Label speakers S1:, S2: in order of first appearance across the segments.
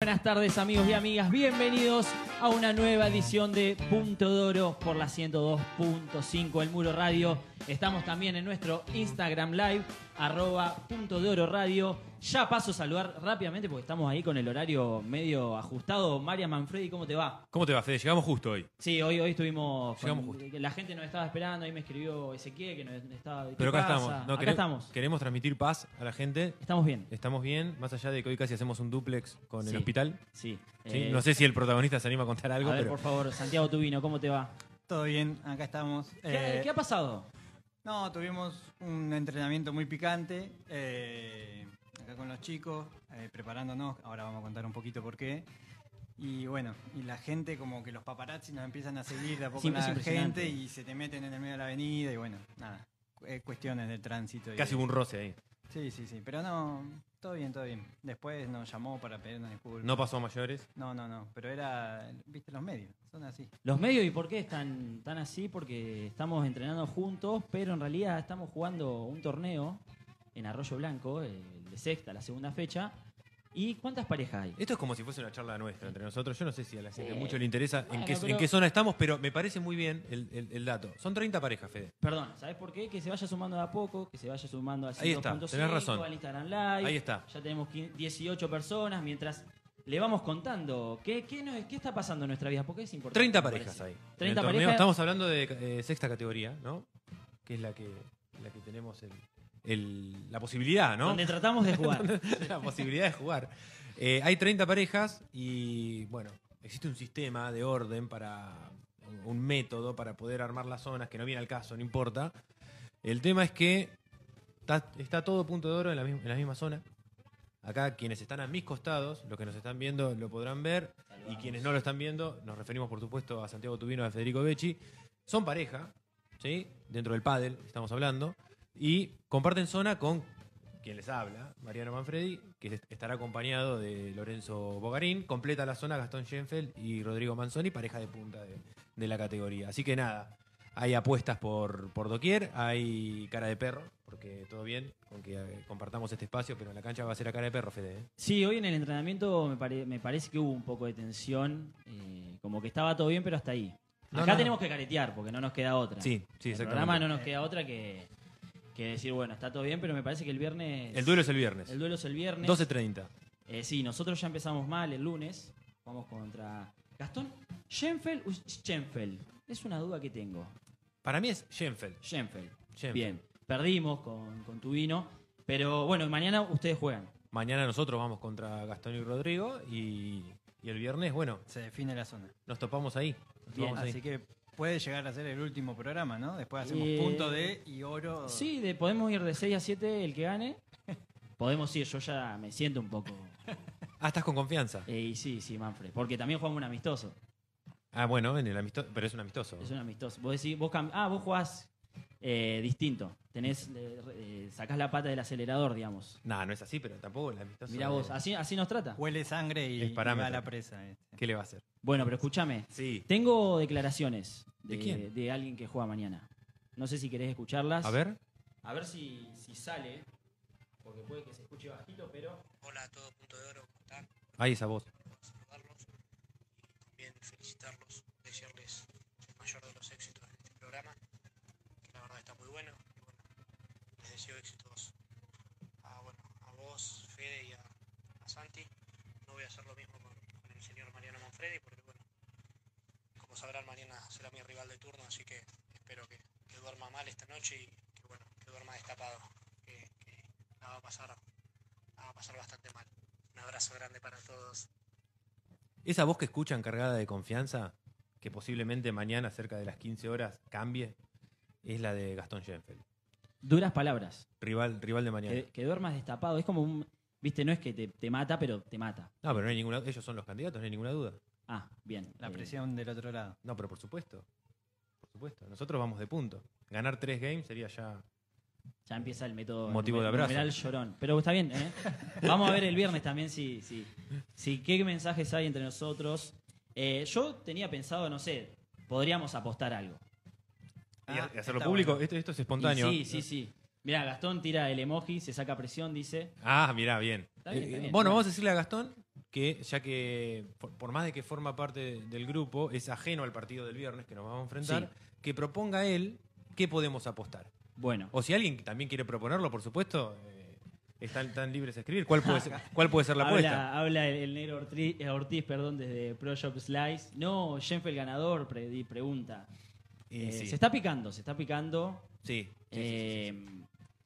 S1: buenas tardes amigos y amigas, bienvenidos a una nueva edición de Punto Doro por la 102.5 El Muro Radio. Estamos también en nuestro Instagram Live, arroba Punto de Oro Radio. Ya paso a saludar rápidamente porque estamos ahí con el horario medio ajustado. María Manfredi, ¿cómo te va?
S2: ¿Cómo te va, Fede? Llegamos justo hoy.
S1: Sí, hoy, hoy estuvimos.
S2: Llegamos justo.
S1: La gente nos estaba esperando, ahí me escribió Ezequiel que nos estaba. ¿qué
S2: Pero acá
S1: pasa?
S2: estamos. No,
S1: acá
S2: quere-
S1: estamos.
S2: Queremos transmitir paz a la gente.
S1: Estamos bien.
S2: Estamos bien, más allá de que hoy casi hacemos un duplex con
S1: Sí.
S2: el hospital.
S1: Sí.
S2: ¿sí?
S1: Eh,
S2: no sé si el protagonista se anima a contar algo,
S1: a ver,
S2: pero
S1: por favor, Santiago Tubino, ¿cómo te va?
S3: Todo bien, acá estamos.
S1: ¿Qué,
S3: Eh,
S1: qué ha pasado?
S3: No, tuvimos un entrenamiento muy picante eh, acá con los chicos, eh, preparándonos. Ahora vamos a contar un poquito por qué. Y bueno, y la gente, como que los paparazzi nos empiezan a seguir de a poco
S1: Sí, es
S3: la
S1: impresionante.
S3: gente y se te meten en el medio de la avenida. Y bueno, nada, es cuestiones de tránsito. y-
S2: casi hubo un roce ahí.
S3: Sí, sí, sí, pero no, todo bien, todo bien. Después nos llamó para pedirnos disculpas.
S2: No pasó a mayores.
S3: no, no, no, pero era, viste, los medios, son así.
S1: Los medios y por qué están tan así, porque estamos entrenando juntos, pero en realidad estamos jugando un torneo en Arroyo Blanco, el de sexta, la segunda fecha. ¿Y cuántas parejas hay?
S2: Esto es como si fuese una charla nuestra entre nosotros. Yo no sé si a la gente
S1: Sí.
S2: mucho le interesa en,
S1: Bueno,
S2: qué,
S1: pero-
S2: en qué zona estamos, pero me parece muy bien el, el- el dato. Son 30 parejas, Fede.
S1: Perdón, ¿sabes por qué? Que se vaya sumando de a poco, que se vaya sumando al
S2: Ahí está,
S1: 100.5,
S2: tenés razón.
S1: al Instagram Live.
S2: Ahí está.
S1: Ya tenemos 15 18 personas mientras le vamos contando qué, qué, nos- qué está pasando en nuestra vida, porque es importante.
S2: 30
S1: me
S2: parejas
S1: parece.
S2: ahí. En el
S1: 30
S2: torneo
S1: parejas.
S2: Estamos hablando de eh, sexta categoría, ¿no? Que es la que, la que tenemos el- el- la posibilidad, ¿no?
S1: Donde tratamos de jugar.
S2: la posibilidad de jugar. Eh, hay 30 parejas y, bueno, existe un sistema de orden para un- un método para poder armar las zonas que no viene al caso, no importa. El tema es que está, está todo punto de oro en la, misma, en la misma zona. Acá quienes están a mis costados, los que nos están viendo lo podrán ver y quienes no lo están viendo, nos referimos por supuesto a Santiago Tubino y a Federico Becci. Son pareja, ¿sí? Dentro del pádel estamos hablando y comparten zona con quien les habla, Mariano Manfredi, que est- estará acompañado de Lorenzo Bogarín. Completa la zona Gastón Schenfeld y Rodrigo Manzoni, pareja de punta de, de la categoría. Así que nada, hay apuestas por, por doquier, hay cara de perro, porque todo bien, con que eh, compartamos este espacio, pero en la cancha va a ser a cara de perro, Fede. ¿eh?
S1: Sí, hoy en el entrenamiento me, pare- me parece que hubo un poco de tensión, eh, como que estaba todo bien, pero hasta ahí.
S2: No,
S1: Acá
S2: no.
S1: tenemos que caretear, porque no nos queda otra.
S2: Sí, sí,
S1: el
S2: exactamente.
S1: programa no nos queda otra que, que decir, bueno, está todo bien, pero me parece que el viernes...
S2: El duelo es el viernes,
S1: el duelo es el viernes.
S2: 12.30.
S1: Eh, sí, nosotros ya empezamos mal el lunes. Vamos contra Gastón Schenfeld o Schenfeld. Es una duda que tengo.
S2: Para mí es Schenfeld.
S1: Schenfeld.
S2: Schenfeld.
S1: Bien, perdimos con, con tu vino, pero bueno, mañana ustedes juegan.
S2: Mañana nosotros vamos contra Gastón y Rodrigo y, y el viernes, bueno,
S3: Se define la zona.
S2: nos topamos ahí. Nos
S1: Bien,
S2: topamos ahí.
S3: Así que puede llegar a ser el último programa, ¿no? Después hacemos
S1: Eh,
S3: punto de y oro.
S1: Sí, de- podemos ir de 6 a 7 el que gane. Podemos ir, yo ya me siento un poco.
S2: Ah, estás con confianza.
S1: Eh, y sí, sí, Manfred. Porque también jugamos un amistoso.
S2: Ah, bueno, en el amistoso, pero es un amistoso.
S1: Es un amistoso. Vos decís, vos cam- ah, vos jugás eh, distinto. Tenés, eh, re- eh, sacás la pata del acelerador, digamos.
S2: Nah, no es así, pero tampoco el amistoso.
S1: Mirá vos, así, así nos trata.
S3: Huele sangre y,
S2: Es
S3: y va
S2: parámetro.
S3: a la presa. este.
S2: ¿Qué le va a hacer?
S1: Bueno, pero escúchame.
S2: Sí.
S1: Tengo declaraciones de,
S2: ¿De quién?
S1: de alguien que juega mañana. No sé si querés escucharlas.
S2: A ver.
S1: A ver si, si sale. Porque puede que se escuche bajito, pero.
S4: Hola a todo punto de oro, ¿cómo están?
S2: Ahí esa voz.
S4: Saludarlos y también felicitarlos, desearles el mayor de los éxitos en este programa, que la verdad está muy bueno. Y bueno, les deseo éxitos a, bueno, a vos, Fede y a, a Santi. No voy a hacer lo mismo con, con el señor Mariano Manfredi, porque bueno, como sabrán, mañana será mi rival de turno, así que espero que, que duerma mal esta noche y que bueno, que duerma destapado, que, que la va a pasar, la va a pasar bastante mal. Un abrazo grande para todos.
S2: Esa voz que escuchan cargada de confianza, que posiblemente mañana cerca de las 15 horas cambie, es la de Gastón Schenfeld.
S1: Duras palabras.
S2: Rival, rival de mañana.
S1: Que, que duermas destapado. Es como un. Viste, no es que te, te mata, pero te mata.
S2: No, pero no hay ninguna ellos son los candidatos, no hay ninguna duda.
S1: Ah, bien.
S3: La
S1: Eh,
S3: presión del otro lado.
S2: No, pero por supuesto. Por supuesto. Nosotros vamos de punto. Ganar tres games sería ya
S1: ya empieza el método.
S2: Motivo
S1: numer-
S2: de abrazo.
S1: numeral llorón. Pero está bien, ¿eh? Vamos a ver el viernes también si, si, si qué mensajes hay entre nosotros. Eh, yo tenía pensado, no sé, podríamos apostar algo.
S2: y
S3: Ah,
S2: a- y hacerlo
S3: está
S2: público.
S3: bueno.
S2: Esto, esto es espontáneo.
S1: Y Sí, sí, sí. Mirá, Gastón tira el emoji, se saca presión, dice.
S2: Ah, mirá, bien.
S1: Está bien, está
S2: Eh,
S1: bien.
S2: bueno, vamos a decirle a Gastón que ya que por, por más de que forma parte del grupo, es ajeno al partido del viernes que nos vamos a enfrentar, que proponga él qué podemos apostar.
S1: Bueno,
S2: O si alguien también quiere proponerlo, por supuesto, eh, están tan libres de escribir. ¿Cuál puede ser, cuál puede ser la apuesta?
S1: habla, habla el, el negro Ortiz, eh, Ortiz, perdón, desde Pro Shop Slice. No, Jenfe el ganador, predi- pregunta.
S2: Y
S1: Eh,
S2: sí.
S1: Se está picando, se está picando.
S2: Sí, sí, sí, sí, sí, sí.
S1: Eh,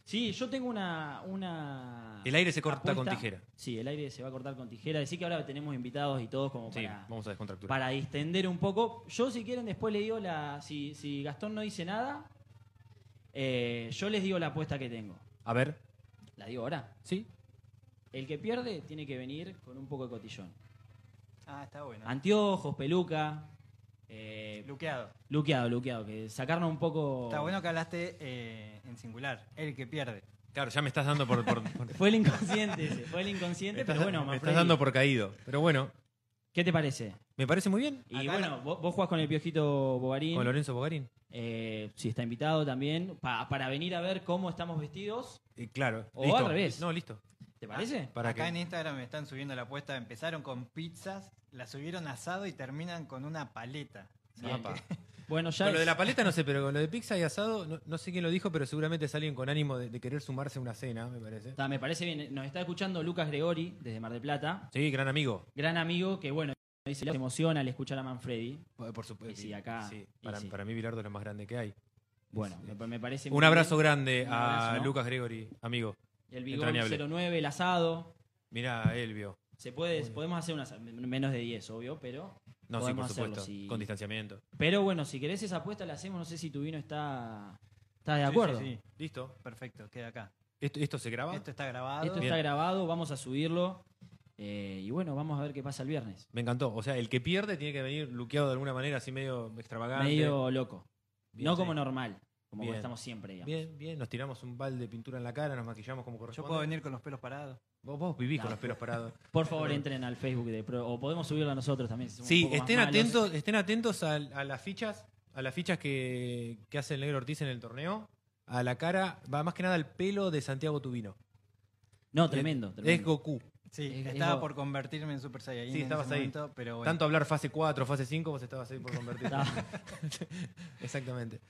S1: sí, yo tengo una, una.
S2: El aire se corta
S1: apuesta.
S2: con tijera.
S1: Sí, el aire se va a cortar con tijera. Decir que ahora tenemos invitados y todos como
S2: Sí,
S1: para,
S2: vamos a descontracturar.
S1: para distender un poco. Yo, si quieren, después le digo la. Si, si Gastón no dice nada, eh, yo les digo la apuesta que tengo.
S2: A ver,
S1: La digo ahora.
S2: ¿sí?
S1: El que pierde tiene que venir con un poco de cotillón.
S3: Ah, está bueno.
S1: Anteojos, peluca. eh,
S3: Luqueado.
S1: luqueado, luqueado. Que sacarnos un poco.
S3: Está bueno que hablaste eh, en singular. El que pierde.
S2: Claro, ya me estás dando por, por- por- me
S1: Fue el inconsciente ese, fue el inconsciente,
S2: estás,
S1: pero bueno,
S2: me estás
S1: Manfredi,
S2: dando por caído. Pero bueno,
S1: ¿Qué te parece?
S2: me parece muy bien.
S1: Y
S3: Acá
S1: bueno,
S3: no-
S1: vos, vos jugás con el piojito Bogarín.
S2: Con Lorenzo Bogarín.
S1: eh, si está invitado también, pa- para venir a ver cómo estamos vestidos.
S2: Y Eh, claro.
S1: O al revés.
S2: No, listo.
S1: ¿Te parece?
S2: Para
S3: Acá
S2: que-
S3: en Instagram me están subiendo la apuesta. Empezaron con pizzas, la subieron asado y terminan con una paleta.
S1: Bien.
S2: Apa.
S1: Bueno, ya.
S2: Con lo
S1: es-
S2: de la paleta no sé, pero con lo de pizza y asado, no, no sé quién lo dijo, pero seguramente es alguien con ánimo de, de querer sumarse a una cena, me parece.
S1: está, me parece bien. Nos está escuchando Lucas Gregori desde Mar del Plata.
S2: Sí, gran amigo.
S1: Gran amigo que, bueno, dice, se emociona al escuchar a Manfredi.
S2: Por por supuesto.
S1: Y sí, acá.
S2: Sí,
S1: Y
S2: para,
S1: sí.
S2: para mí Bilardo es lo más grande que hay.
S1: Bueno, me, me parece. muy
S2: Un abrazo
S1: bien.
S2: grande
S1: Un
S2: a
S1: abrazo, ¿no?
S2: Lucas Gregory, amigo.
S1: El Vigor
S2: entrañable.
S1: 09, el asado.
S2: Mirá, Elvio.
S1: Se puede, podemos hacer unas menos de 10, obvio, pero.
S2: No, sí, por
S1: Podemos hacerlo,
S2: supuesto.
S1: sí.
S2: Con distanciamiento.
S1: Pero bueno, si querés esa apuesta la hacemos, no sé si tu vino está, está de
S3: Sí, sí,
S1: acuerdo.
S3: sí.
S2: Listo.
S3: Perfecto, queda acá.
S2: ¿Esto, esto se graba?
S3: Esto está grabado.
S1: Esto
S2: Ah, Bien.
S1: está grabado, vamos a subirlo. eh, y bueno, vamos a ver qué pasa el viernes.
S2: Me encantó. O sea, el que pierde tiene que venir luqueado de alguna manera, así medio extravagante.
S1: Medio loco.
S2: Bien,
S1: no
S2: sí.
S1: como normal, como
S2: Bien.
S1: estamos siempre. digamos.
S2: Bien, bien. Nos tiramos un bal de pintura en la cara, nos maquillamos como
S3: Yo
S2: corresponde.
S3: puedo venir con los pelos parados.
S2: Vos, vos vivís con
S1: Claro.
S2: los pelos parados.
S1: Por favor, entren al Facebook de Pro- o podemos subirlo a nosotros también. si somos un
S2: Sí,
S1: poco más
S2: estén
S1: malos.
S2: atentos, estén atentos a, a las fichas, a las fichas que, que hace el negro Ortiz en el torneo. A la cara, va más que nada al pelo de Santiago Tubino.
S1: No, tremendo,
S2: Es
S1: tremendo.
S2: Goku.
S3: Sí,
S1: Es- es
S3: estaba
S1: bo-
S3: por convertirme en Super Saiyajin.
S2: Sí,
S3: en
S2: estabas
S3: ese
S2: ahí.
S3: momento, pero bueno.
S2: Tanto hablar fase 4, fase 5, vos estabas ahí por convertir.
S1: Está.
S2: Exactamente.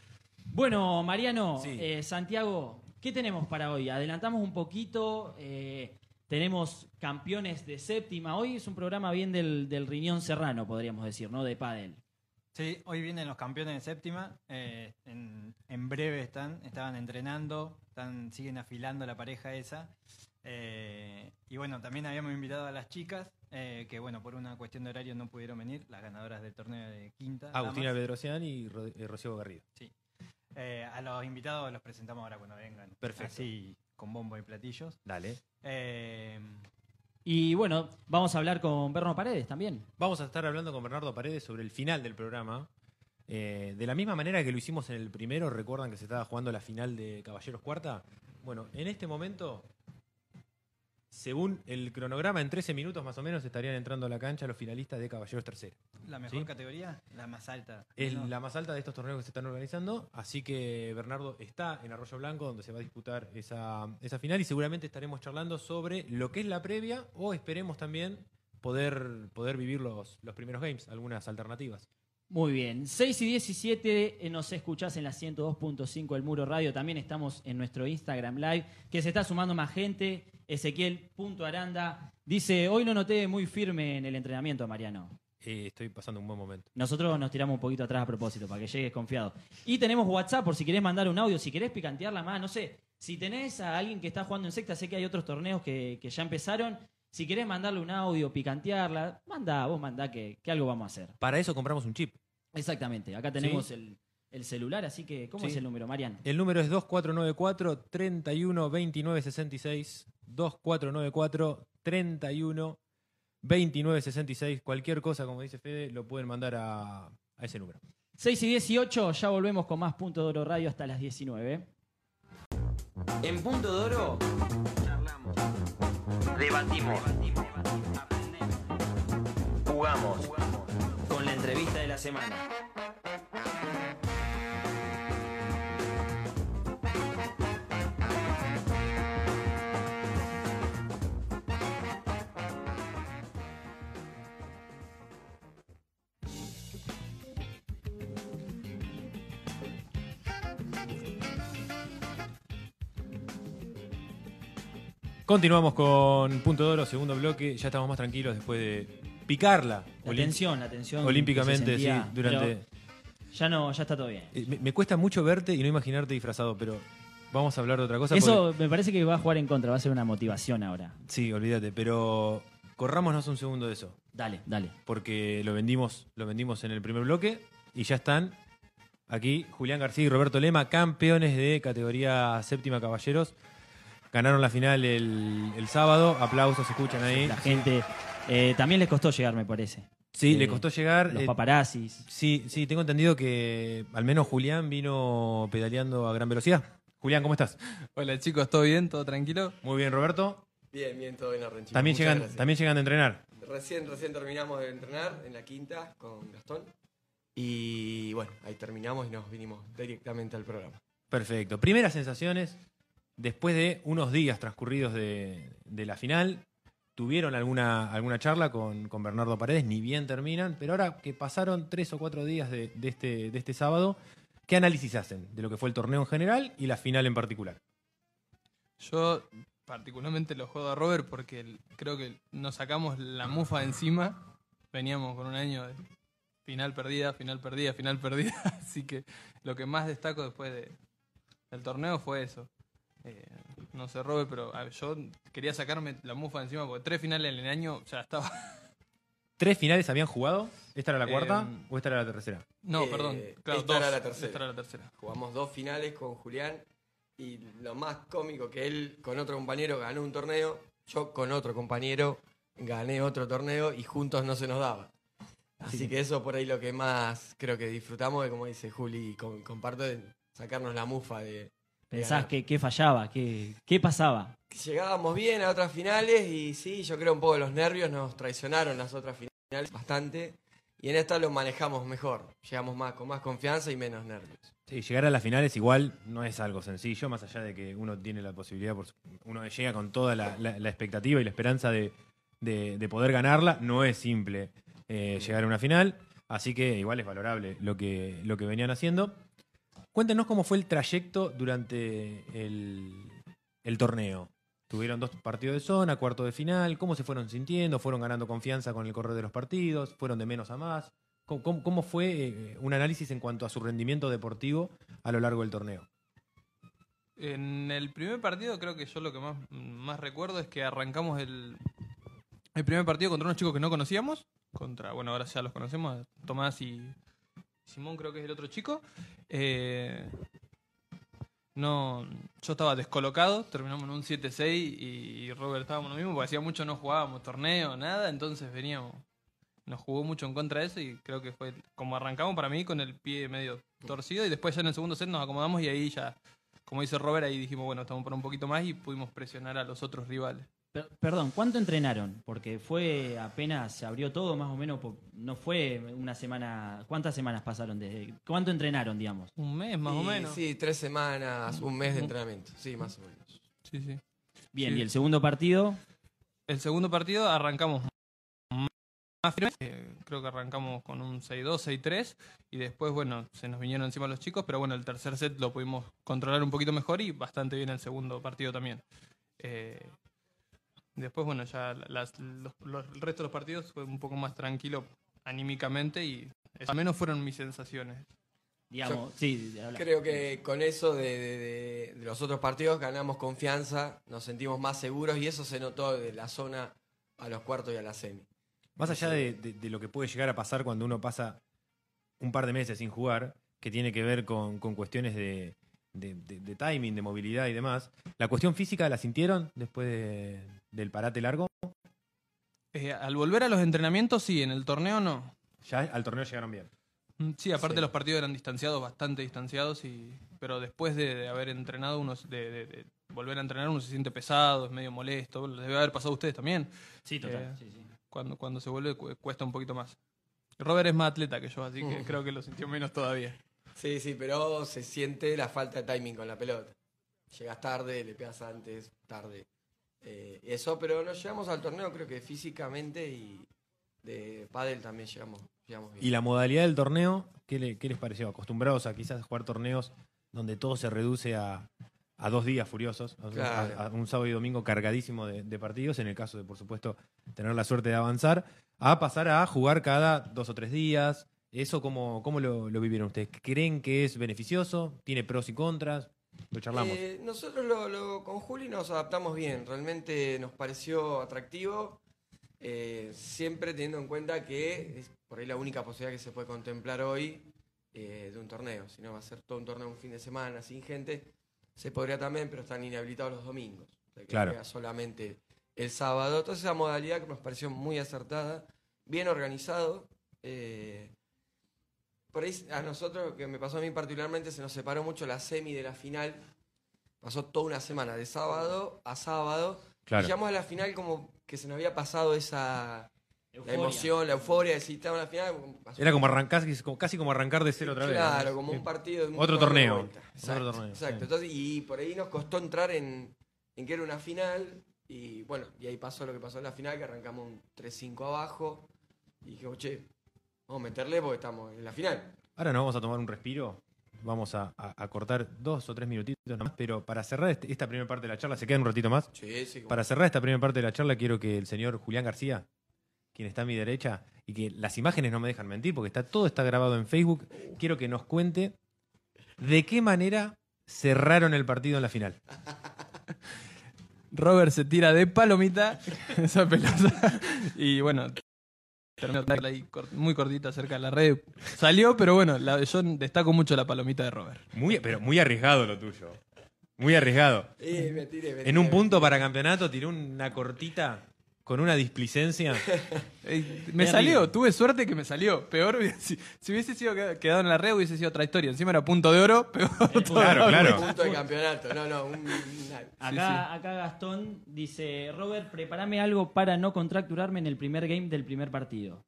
S1: Bueno, Mariano,
S2: Sí.
S1: eh, Santiago, ¿qué tenemos para hoy? Adelantamos un poquito. eh, tenemos campeones de séptima. Hoy es un programa bien del, del riñón serrano, podríamos decir, ¿no? De pádel.
S3: Sí, hoy vienen los campeones de séptima. eh, en, en breve están, estaban entrenando, están, siguen afilando la pareja esa. eh, y bueno, también habíamos invitado a las chicas, eh, que bueno, por una cuestión de horario no pudieron venir, las ganadoras del torneo de quinta.
S2: Agustina
S3: damas.
S2: Pedrocian y Ro- eh, Rocío Garrido.
S3: Eh, a los invitados los presentamos ahora cuando vengan.
S2: Perfecto.
S3: Así, con bombo y platillos.
S2: Dale.
S3: Eh,
S1: Y bueno, vamos a hablar con Berno Paredes también.
S2: Vamos a estar hablando con Bernardo Paredes sobre el final del programa. Eh, de la misma manera que lo hicimos en el primero, recuerdan que se estaba jugando la final de Caballeros Cuarta. Bueno, en este momento, según el cronograma, en 13 minutos más o menos estarían entrando a la cancha los finalistas de Caballeros Tercera.
S3: la mejor
S2: Sí.
S3: categoría, la más alta.
S2: Es
S3: ¿no?
S2: la más alta de estos torneos que se están organizando, así que Bernardo está en Arroyo Blanco donde se va a disputar esa, esa final y seguramente estaremos charlando sobre lo que es la previa o esperemos también poder, poder vivir los, los primeros games, algunas alternativas.
S1: Muy bien, 6 y 17 eh, nos escuchás en la 102.5 El Muro Radio, también estamos en nuestro Instagram Live, que se está sumando más gente, Ezequiel.aranda dice, hoy lo noté muy firme en el entrenamiento, Mariano.
S2: Eh, estoy pasando un buen momento.
S1: Nosotros nos tiramos un poquito atrás a propósito, para que llegues confiado. Y tenemos WhatsApp por si querés mandar un audio, si querés picantearla más, no sé. Si tenés a alguien que está jugando en secta, sé que hay otros torneos que, que ya empezaron. Si querés mandarle un audio, picantearla, manda, vos mandá que, que algo vamos a hacer.
S2: Para eso compramos un chip.
S1: Exactamente, acá tenemos el, el celular, así que, ¿cómo
S2: Sí.
S1: es el número, Marian?
S2: El número es 2494 31 29 66 2494 31 29 66 cualquier cosa como dice Fede lo pueden mandar a, a ese número.
S1: 6 y 18, ya volvemos con más Punto de Oro Radio hasta las 19.
S5: En Punto de Oro charlamos, debatimos, aprendemos, jugamos con la entrevista de la semana.
S2: Continuamos con Punto de Oro, segundo bloque. Ya estamos más tranquilos después de picarla
S1: La
S2: olí-
S1: tensión, la tensión. que
S2: olímpicamente,
S1: se sentía,
S2: sí, durante.
S1: pero Ya no, ya está todo bien.
S2: Eh, Me, me cuesta mucho verte y no imaginarte disfrazado, pero vamos a hablar de otra cosa. porque-
S1: Eso me parece que va a jugar en contra, va a ser una motivación ahora.
S2: Sí, olvídate, pero corrámonos un segundo de eso,
S1: Dale, dale.
S2: porque lo vendimos, lo vendimos en el primer bloque y ya están aquí Julián García y Roberto Lema, campeones de categoría séptima caballeros. Ganaron la final el, el sábado, aplausos se escuchan ahí.
S1: La gente. eh, también les costó llegar, me parece.
S2: Sí,
S1: eh,
S2: le costó llegar.
S1: Los
S2: eh,
S1: paparazzis.
S2: sí, sí, tengo entendido que al menos Julián vino pedaleando a gran velocidad. Julián, ¿cómo estás?
S6: Hola chicos, ¿todo bien? ¿Todo tranquilo?
S2: Muy bien, Roberto.
S7: Bien, bien, todo bien, Arren, chicos.
S2: También
S7: Muchas
S2: llegan,
S7: gracias.
S2: también llegan de entrenar.
S7: Recién, recién terminamos de entrenar en la quinta con Gastón. Y bueno, ahí terminamos y nos vinimos directamente al programa.
S2: Perfecto. Primeras sensaciones, después de unos días transcurridos de, de la final, tuvieron alguna, alguna charla con, con Bernardo Paredes, ni bien terminan, pero ahora que pasaron tres o cuatro días de, de este, de este sábado, ¿qué análisis hacen de lo que fue el torneo en general y la final en particular?
S6: Yo particularmente lo juego a Robert porque el- creo que nos sacamos la mufa de encima. Veníamos con un año de final perdida, final perdida, final perdida. Así que lo que más destaco después de- del torneo fue eso. Eh, no sé, Robert, pero a- yo quería sacarme la mufa de encima porque tres finales en el año ya estaba.
S2: ¿Tres finales habían jugado? ¿Esta era la cuarta
S6: Eh,
S2: o esta era la tercera?
S6: No,
S7: Eh,
S6: perdón. Claro,
S7: esta
S6: dos.
S7: era la tercera.
S6: Esta era la tercera.
S7: Jugamos dos finales con Julián y lo más cómico que él con otro compañero ganó un torneo, yo con otro compañero gané otro torneo y juntos no se nos daba. Así que eso por ahí lo que más creo que disfrutamos, de como dice Juli, com- comparto de sacarnos la mufa de,
S1: Pensás que, que fallaba, que, qué pasaba.
S7: Llegábamos bien a otras finales y sí, yo creo un poco los nervios nos traicionaron las otras finales bastante y en esta lo manejamos mejor, llegamos más con más confianza y menos nervios.
S2: Sí, llegar a las finales igual no es algo sencillo, más allá de que uno tiene la posibilidad, por su- uno llega con toda la, la- la expectativa y la esperanza de, de- de poder ganarla, no es simple eh, llegar a una final, así que igual es valorable lo que, lo que venían haciendo. Cuéntenos cómo fue el trayecto durante el, el torneo. Tuvieron dos partidos de zona, cuarto de final, ¿cómo se fueron sintiendo? ¿Fueron ganando confianza con el correr de los partidos? ¿Fueron de menos a más? ¿Cómo- ¿Cómo, cómo fue eh, un análisis en cuanto a su rendimiento deportivo a lo largo del torneo?
S6: En el primer partido creo que yo lo que más, más recuerdo es que arrancamos el, el primer partido contra unos chicos que no conocíamos. Contra, bueno, ahora ya los conocemos, Tomás y Simón creo que es el otro chico. Eh, no, yo estaba descolocado, terminamos en un 7-6 y, y Robert estábamos lo mismo, porque hacía mucho no jugábamos torneo, nada, entonces veníamos. Nos jugó mucho en contra de eso y creo que fue como arrancamos para mí con el pie medio torcido y después ya en el segundo set nos acomodamos y ahí ya como dice Robert, ahí dijimos, bueno, estamos para un poquito más y pudimos presionar a los otros rivales.
S1: Per- perdón, ¿cuánto entrenaron? Porque fue apenas se abrió todo, más o menos, po- no fue una semana. ¿Cuántas semanas pasaron desde? ¿Cuánto entrenaron, digamos?
S6: Un mes más o
S7: Y
S6: menos.
S7: Sí, tres semanas, un mes de entrenamiento, sí, más o menos.
S6: Sí, sí.
S1: Bien,
S6: Sí.
S1: y el segundo partido,
S6: El segundo partido arrancamos más más firmes, eh, creo que arrancamos con un 6-2, 6-3 y después, bueno, se nos vinieron encima los chicos, pero bueno, el tercer set lo pudimos controlar un poquito mejor y bastante bien el segundo partido también. Eh, después, bueno, ya las- los, los- el resto de los partidos fue un poco más tranquilo anímicamente y eso, al menos fueron mis sensaciones.
S1: digamos, sí, habla.
S7: Creo que con eso de, de- de- de los otros partidos ganamos confianza, nos sentimos más seguros y eso se notó de la zona a los cuartos y a la semi.
S2: Más allá de, de- de lo que puede llegar a pasar cuando uno pasa un par de meses sin jugar, que tiene que ver con, con cuestiones de, de- de- de timing, de movilidad y demás, ¿la cuestión física la sintieron después de- del parate largo?
S6: Eh, al volver a los entrenamientos, sí, en el torneo no.
S2: Ya al torneo llegaron bien.
S6: Mm, Sí, aparte
S7: Sí.
S6: los partidos eran distanciados, bastante distanciados, y pero después de, de haber entrenado, uno se- de, de- de volver a entrenar, uno se siente pesado, es medio molesto. Les debe haber pasado a ustedes también.
S1: Sí, total.
S6: Eh,
S1: sí, sí.
S6: Cuando, cuando se vuelve cu- cuesta un poquito más. Robert es más atleta que yo, así que
S7: Mm.
S6: creo que lo sintió menos todavía.
S7: Sí, sí, pero se siente la falta de timing con la pelota. Llegas tarde, le pegas antes, tarde. Eh, eso, pero nos llegamos al torneo creo que físicamente y de pádel también llegamos, llegamos bien.
S2: ¿Y la modalidad del torneo? ¿Qué, le- qué les pareció? Acostumbrados a quizás jugar torneos donde todo se reduce a, a dos días furiosos, a-
S7: Claro.
S2: a, a un sábado y domingo cargadísimo de, de partidos, en el caso de, por supuesto, tener la suerte de avanzar, a pasar a jugar cada dos o tres días. ¿Eso cómo, cómo lo, lo vivieron ustedes? ¿Creen que es beneficioso? ¿Tiene pros y contras? Lo charlamos.
S7: Eh, nosotros lo, lo- con Juli nos adaptamos bien, realmente nos pareció atractivo, eh, siempre teniendo en cuenta que es por ahí la única posibilidad que se puede contemplar hoy eh, de un torneo, si no va a ser todo un torneo un fin de semana sin gente, se podría también, pero están inhabilitados los domingos, o sea que
S2: Claro.
S7: juega solamente el sábado, entonces esa modalidad que nos pareció muy acertada, bien organizado. eh, por ahí a nosotros, que me pasó a mí particularmente, se nos separó mucho la semi de la final. Pasó toda una semana, de sábado a sábado.
S2: Claro.
S7: Y llegamos a la final como que se nos había pasado esa
S1: Euforia.
S7: la emoción, la euforia, de si estábamos en la final. como pasó-
S2: Era como arrancar, casi como arrancar de cero otra vez.
S7: Claro,
S2: ¿no?
S7: como
S2: Sí.
S7: un partido. de un
S2: Otro
S7: de
S2: torneo,
S7: vuelta.
S2: otro
S7: Exacto,
S2: torneo,
S7: exacto.
S2: sí.
S7: Entonces, y por ahí nos costó entrar en, en que era una final. Y bueno, y ahí pasó lo que pasó en la final, que arrancamos un 3-5 abajo. Y dijimos, che, vamos a meterle porque estamos en la final.
S2: Ahora nos vamos a tomar un respiro. Vamos a, a- a cortar dos o tres minutitos nomás, pero para cerrar este- esta primera parte de la charla, se queda un ratito más.
S7: Sí, sí, como-
S2: Para cerrar esta primera parte de la charla, quiero que el señor Julián García, quien está a mi derecha, y que las imágenes no me dejan mentir, porque está, todo está grabado en Facebook, quiero que nos cuente de qué manera cerraron el partido en la final.
S6: Robert se tira de palomita esa pelota y bueno, terminó ahí cor- muy cortita cerca de la red. Salió, pero bueno, la- yo destaco mucho la palomita de Robert.
S2: Muy, pero muy arriesgado lo tuyo. Muy arriesgado.
S7: Eh, me tiré, me
S2: En
S7: tiré,
S2: un
S7: me
S2: punto para campeonato tiró una cortita con una displicencia.
S6: Eh, me
S1: Terrible.
S6: salió, tuve suerte que me salió. Peor, hubiese- si, si hubiese sido que- quedado en la red hubiese sido otra historia. Encima era punto de oro, peor.
S2: Claro,
S7: Un
S2: claro.
S7: punto de campeonato, no, no, un, una-
S1: Acá, acá Gastón dice, Robert, prepárame algo para no contracturarme en el primer game del primer partido.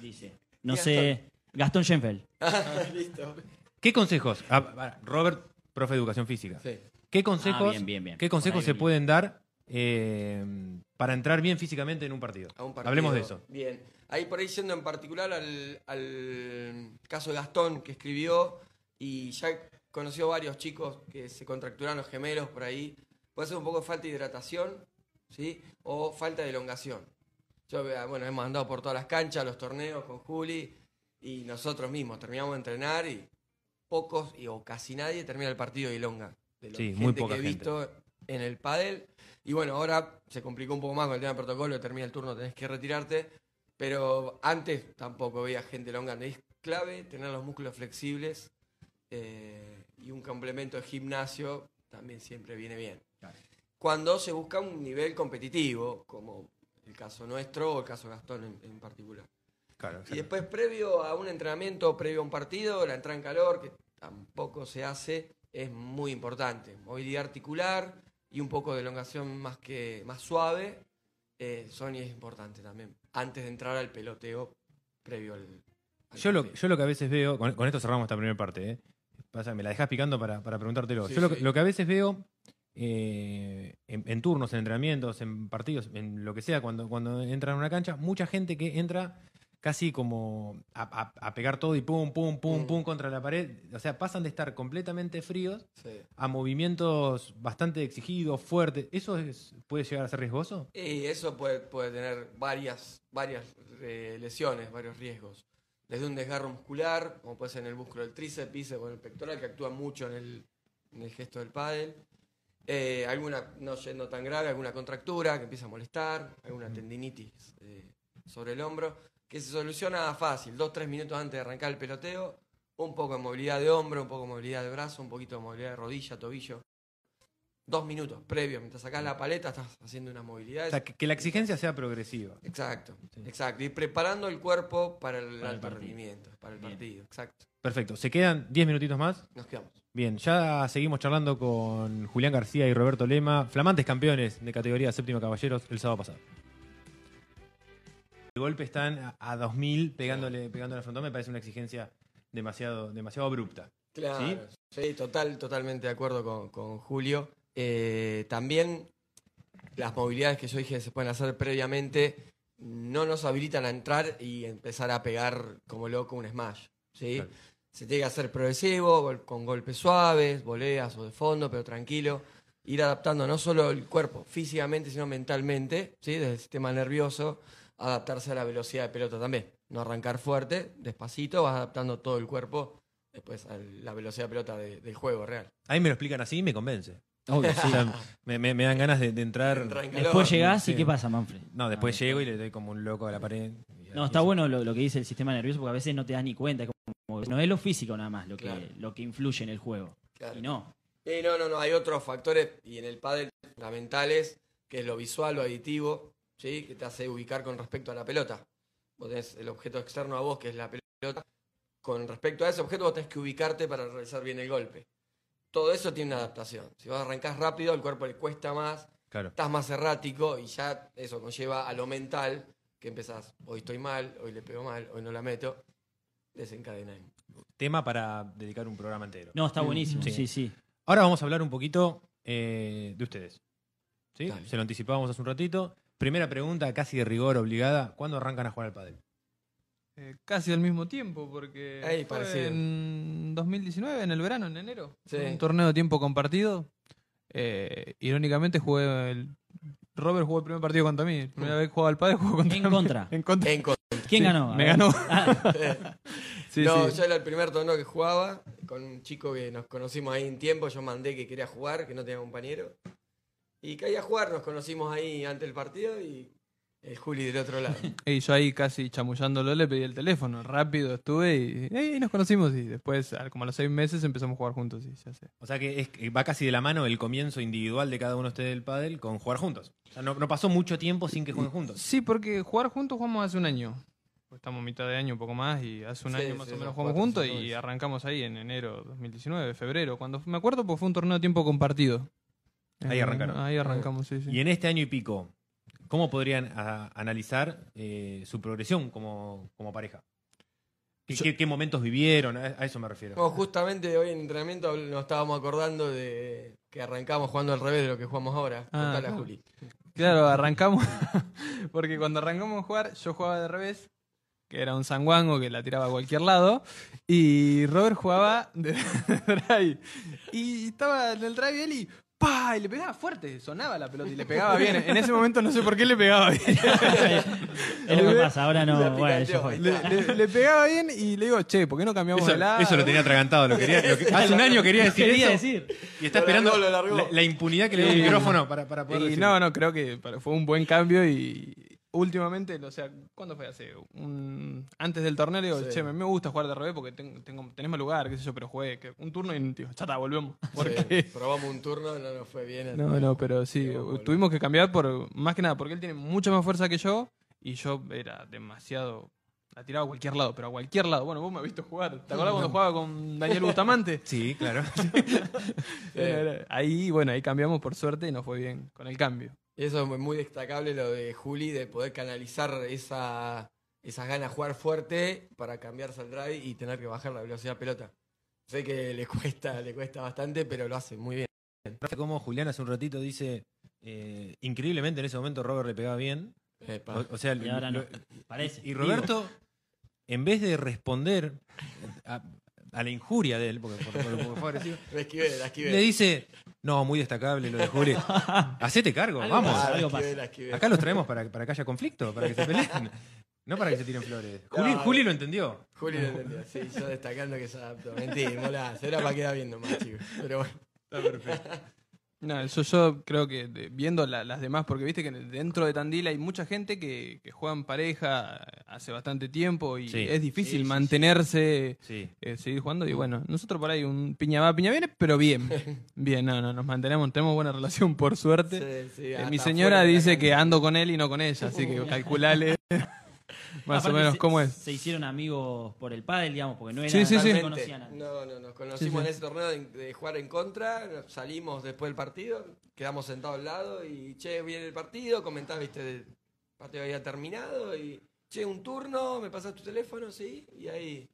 S1: Dice. No
S7: ¿Qué
S1: sé, Gastón Schenfeld.
S7: Ah, listo.
S2: ¿Qué consejos? Ah, para, Robert, profe de educación física.
S7: Sí.
S2: ¿Qué consejos,
S1: Ah, bien, bien, bien.
S2: ¿qué
S1: Por
S2: consejos
S1: ahí
S2: se
S1: venía.
S2: pueden dar eh, para entrar bien físicamente en un partido?
S7: a un partido.
S2: Hablemos de eso.
S7: Bien. Ahí por ahí yendo en particular al, al caso de Gastón que escribió y ya conoció varios chicos que se contracturaron los gemelos por ahí. Puede ser un poco falta de hidratación, ¿sí? O falta de elongación. Yo, eh, bueno, hemos andado por todas las canchas, los torneos con Juli y nosotros mismos. Terminamos de entrenar y pocos y, o casi nadie termina el partido de elonga. De la
S2: Sí, muy
S7: gente
S2: poca
S7: que he
S2: gente.
S7: visto en el pádel. Y bueno, ahora se complicó un poco más con el tema del protocolo, termina el turno, tenés que retirarte. Pero antes tampoco veía gente elongando. Es clave tener los músculos flexibles eh, y un complemento de gimnasio también siempre viene bien. Cuando se busca un nivel competitivo, como el caso nuestro o el caso de Gastón en- en particular.
S2: Claro,
S7: Y después, previo a un entrenamiento, previo a un partido, la entrada en calor, que tampoco se hace, es muy importante. Movilidad articular y un poco de elongación más, que, más suave eh, son y es importante también. Antes de entrar al peloteo, previo al. al
S2: Yo lo,
S7: torneo.
S2: yo lo que a veces veo, con, con esto cerramos esta primera parte, ¿eh? Pasa, me la dejás picando para, para preguntártelo.
S7: Sí,
S2: yo lo,
S7: sí.
S2: lo que a veces veo eh, en, en turnos, en entrenamientos, en partidos, en lo que sea, cuando, cuando entran a una cancha, mucha gente que entra casi como a, a- a pegar todo y pum, pum, pum,
S7: Mm.
S2: pum contra la pared. O sea, pasan de estar completamente fríos
S7: Sí.
S2: a movimientos bastante exigidos, fuertes. ¿Eso es- puede llegar a ser riesgoso?
S7: Y eso puede, puede tener varias, varias eh, lesiones, varios riesgos. Desde un desgarro muscular, como puede ser en el músculo del tríceps, bíceps o en el pectoral, que actúa mucho en el, en el gesto del pádel. Eh, alguna, no yendo tan grave, alguna contractura que empieza a molestar, alguna tendinitis eh, sobre el hombro, que se soluciona fácil, dos, tres minutos antes de arrancar el peloteo, un poco de movilidad de hombro, un poco de movilidad de brazo, un poquito de movilidad de rodilla, tobillo. Dos minutos previos, mientras sacás la paleta, estás haciendo una movilidad.
S2: O sea, que, que la exigencia sea progresiva.
S7: Exacto,
S2: Sí.
S7: exacto. Y preparando el cuerpo para el
S1: Para el
S7: alto
S1: partido.
S7: rendimiento, para el
S1: Bien.
S7: partido, exacto.
S2: Perfecto. ¿Se quedan 10 minutitos más?
S7: Nos quedamos.
S2: Bien, ya seguimos charlando con Julián García y Roberto Lema, flamantes campeones de categoría séptimo caballeros el sábado pasado. De golpe están a- a 2000 pegándole, pegándole al frontón, me parece una exigencia demasiado, demasiado abrupta.
S7: Claro, ¿Sí? total, totalmente de acuerdo con, con Julio. Eh, también las movilidades que yo dije que se pueden hacer previamente no nos habilitan a entrar y empezar a pegar como loco un smash. ¿sí?
S2: Claro.
S7: Se tiene que hacer progresivo, gol- con golpes suaves, voleas o de fondo, pero tranquilo. Ir adaptando no solo el cuerpo físicamente, sino mentalmente, ¿sí? desde el sistema nervioso, adaptarse a la velocidad de pelota también. No arrancar fuerte, despacito, vas adaptando todo el cuerpo después a la velocidad de pelota de- del juego real.
S2: Ahí me lo explican así y me convence.
S1: Obvio,
S2: O sea, me, me- me dan ganas de, de entrar.
S7: Entra en calor.
S1: Después llegás y
S2: Sí.
S1: ¿qué pasa, Manfred?
S2: No, después
S1: Ah,
S2: llego y le doy como un loco a la pared.
S1: No, está bueno lo, lo que dice el sistema nervioso porque a veces no te das ni cuenta. es como- no es lo físico nada más lo que,
S7: Claro.
S1: lo que influye en el juego.
S7: Claro.
S1: Y no.
S7: Sí, no, no, no, hay otros factores y en el pádel fundamentales, que es lo visual, lo aditivo, ¿sí? que te hace ubicar con respecto a la pelota. Vos tenés el objeto externo a vos, que es la pelota. Con respecto a ese objeto, vos tenés que ubicarte para realizar bien el golpe. Todo eso tiene una adaptación. Si vos arrancás rápido, al cuerpo le cuesta más,
S2: Claro.
S7: estás más errático y ya eso conlleva a lo mental, que empezás, hoy estoy mal, hoy le pego mal, hoy no la meto, desencadena. ahí.
S2: Tema para dedicar un programa entero.
S1: No, está buenísimo.
S2: Sí.
S1: Sí, sí.
S2: Ahora vamos a hablar un poquito eh, de ustedes. ¿Sí?
S7: Dale.
S2: Se lo anticipábamos hace un ratito. Primera pregunta, casi de rigor obligada. ¿Cuándo arrancan a jugar al pádel?
S6: Eh, casi al mismo tiempo, porque
S7: Ey,
S6: fue
S7: parecido.
S6: en 2019, en el verano, en enero.
S7: Sí.
S6: Un torneo de tiempo compartido. Eh, irónicamente jugué el... Robert jugó el primer partido contra mí. La primera vez que jugaba al padre jugó contra
S1: Mm. En
S6: mí.
S1: contra. Eh,
S6: En contra.
S7: En contra.
S1: ¿Quién
S6: Sí,
S1: ganó? A
S6: Me
S1: ver.
S6: ganó. Sí,
S7: no,
S6: sí.
S7: yo era el primer torneo que jugaba con un chico que nos conocimos ahí en tiempo. Yo mandé que quería jugar, que no tenía compañero. Y caí a jugar, nos conocimos ahí antes del partido y el Juli del otro lado.
S6: Y yo ahí casi chamullándolo le pedí el teléfono. Rápido estuve y, y ahí nos conocimos. Y después, al- como a los seis meses, empezamos a jugar juntos. Y ya sé.
S2: O sea que es- va casi de la mano el comienzo individual de cada uno de ustedes del pádel con jugar juntos. O sea, no, no pasó mucho tiempo sin que jueguen juntos.
S6: Sí, porque jugar juntos jugamos hace un año. Pues Estamos mitad de año, un poco más, y hace un
S7: Sí,
S6: año más
S7: sí,
S6: o menos
S7: son
S6: jugamos
S7: cuatro,
S6: juntos
S7: cinco
S6: y
S7: meses.
S6: arrancamos ahí en enero 2019, febrero, cuando me acuerdo porque fue un torneo de tiempo compartido.
S2: Ahí
S6: Eh,
S2: arrancaron.
S6: Ahí arrancamos, sí, sí.
S2: Y en este año y pico, ¿cómo podrían a- analizar eh, su progresión como, como pareja? ¿Qué,
S6: Yo-
S2: qué- qué momentos vivieron? A a eso me refiero.
S7: Bueno, justamente hoy en entrenamiento habl- nos estábamos acordando de que arrancamos jugando al revés de lo que jugamos ahora.
S6: Ah,
S7: Contale a
S6: claro.
S7: Juli.
S6: Claro, arrancamos. Porque cuando arrancamos a jugar, yo jugaba de revés, que era un sanguango que la tiraba a cualquier lado. Y Robert jugaba de drive. Y estaba en el drive él y. ¡Pah! Y le pegaba fuerte, sonaba la pelota y le pegaba bien. En ese momento no sé por qué le pegaba bien.
S1: Es lo que pasa, ahora no.
S7: La
S1: bueno,
S7: picanteó,
S1: ya fue.
S7: ahí
S6: Le, le- le pegaba bien y le digo, che, ¿por qué no cambiamos
S2: Eso,
S6: de lado?
S2: eso lo tenía atragantado. Lo quería, lo que- hace un año quería decir
S1: Quería
S2: eso
S1: decir.
S2: y está
S7: Lo
S2: esperando
S7: largó, lo largó.
S2: La, la impunidad que le dio el
S6: Sí.
S2: micrófono para, para poder
S6: Y
S2: decirlo.
S6: no, no, creo que para- fue un buen cambio y últimamente, o sea, ¿cuándo fue? Hace un... Antes del torneo le digo,
S7: Sí.
S6: che, me, me gusta jugar de revés porque tengo, tengo, tenés más lugar, qué sé yo, pero jugué que- un turno y digo, ya está, volvemos.
S7: Sí,
S6: Porque...
S7: probamos un turno, no nos fue bien.
S6: No, no, pero sí,
S7: Qué bárbaro.
S6: tuvimos que cambiar por, más que nada, porque él tiene mucha más fuerza que yo y yo era demasiado... La tiraba a cualquier lado, pero a cualquier lado. Bueno, vos me has visto jugar. ¿Te acordás cuando jugaba con Daniel Bustamante?
S2: Sí, claro.
S6: Era- era- Ahí, bueno, ahí cambiamos por suerte y nos fue bien con el cambio.
S7: Y Eso es muy- muy destacable lo de Juli, de poder canalizar esa, esas ganas de jugar fuerte para cambiarse al drive y tener que bajar la velocidad de pelota. Sé que le cuesta, le cuesta bastante, pero lo hace muy bien.
S2: Como Julián hace un ratito dice, eh, increíblemente en ese momento Robert le pegaba bien.
S7: Epa.
S2: O, o sea,
S1: Y ahora no.
S2: lo-
S1: Parece.
S2: Y Roberto, en vez de responder a, a la injuria de él, porque por, por- porque fue agresivo,
S7: La esquivé, la esquivé.
S2: le dice, no, muy destacable lo de Juli. Hacete cargo,
S1: Algo
S2: vamos.
S1: pasa,
S7: Ah, la
S1: algo
S7: esquivé,
S1: pasa.
S7: la esquivé.
S2: Acá los traemos para, para que haya conflicto, para que se peleen. No para que se tiren flores. Juli,
S7: No, eh.
S2: Juli lo entendió.
S7: Juli lo entendió, sí, yo destacando que se adaptó. Mentí, mola, será para quedar viendo más, chicos. Pero bueno,
S6: No, yo, yo creo que de- viendo la- las demás, porque viste que dentro de Tandil hay mucha gente que, que juega en pareja hace bastante tiempo y
S2: Sí.
S6: es difícil
S7: Sí, sí, sí.
S6: mantenerse,
S2: Sí.
S6: eh, seguir jugando. Y bueno, nosotros por ahí un piña va, piña viene, pero bien. Bien, no, no, nos mantenemos, tenemos buena relación por suerte.
S7: sí, sí,
S6: Eh,
S7: hasta
S6: mi señora
S7: afuera de la
S6: dice
S7: cancha.
S6: que ando con él y no con ella, así que calculale más o
S1: Aparte,
S6: menos
S1: se-
S6: cómo es.
S1: Se hicieron amigos por el pádel, digamos, porque no eran
S6: Sí, sí, sí.
S1: no se
S7: Totalmente.
S1: conocían antes.
S7: No, no, nos conocimos
S6: Sí, sí.
S7: en ese torneo de, de jugar en contra, nos salimos después del partido, quedamos sentados al lado y, che, viene el partido, comentás, viste, el partido había terminado y, che, un turno, me pasas tu teléfono, sí, y ahí...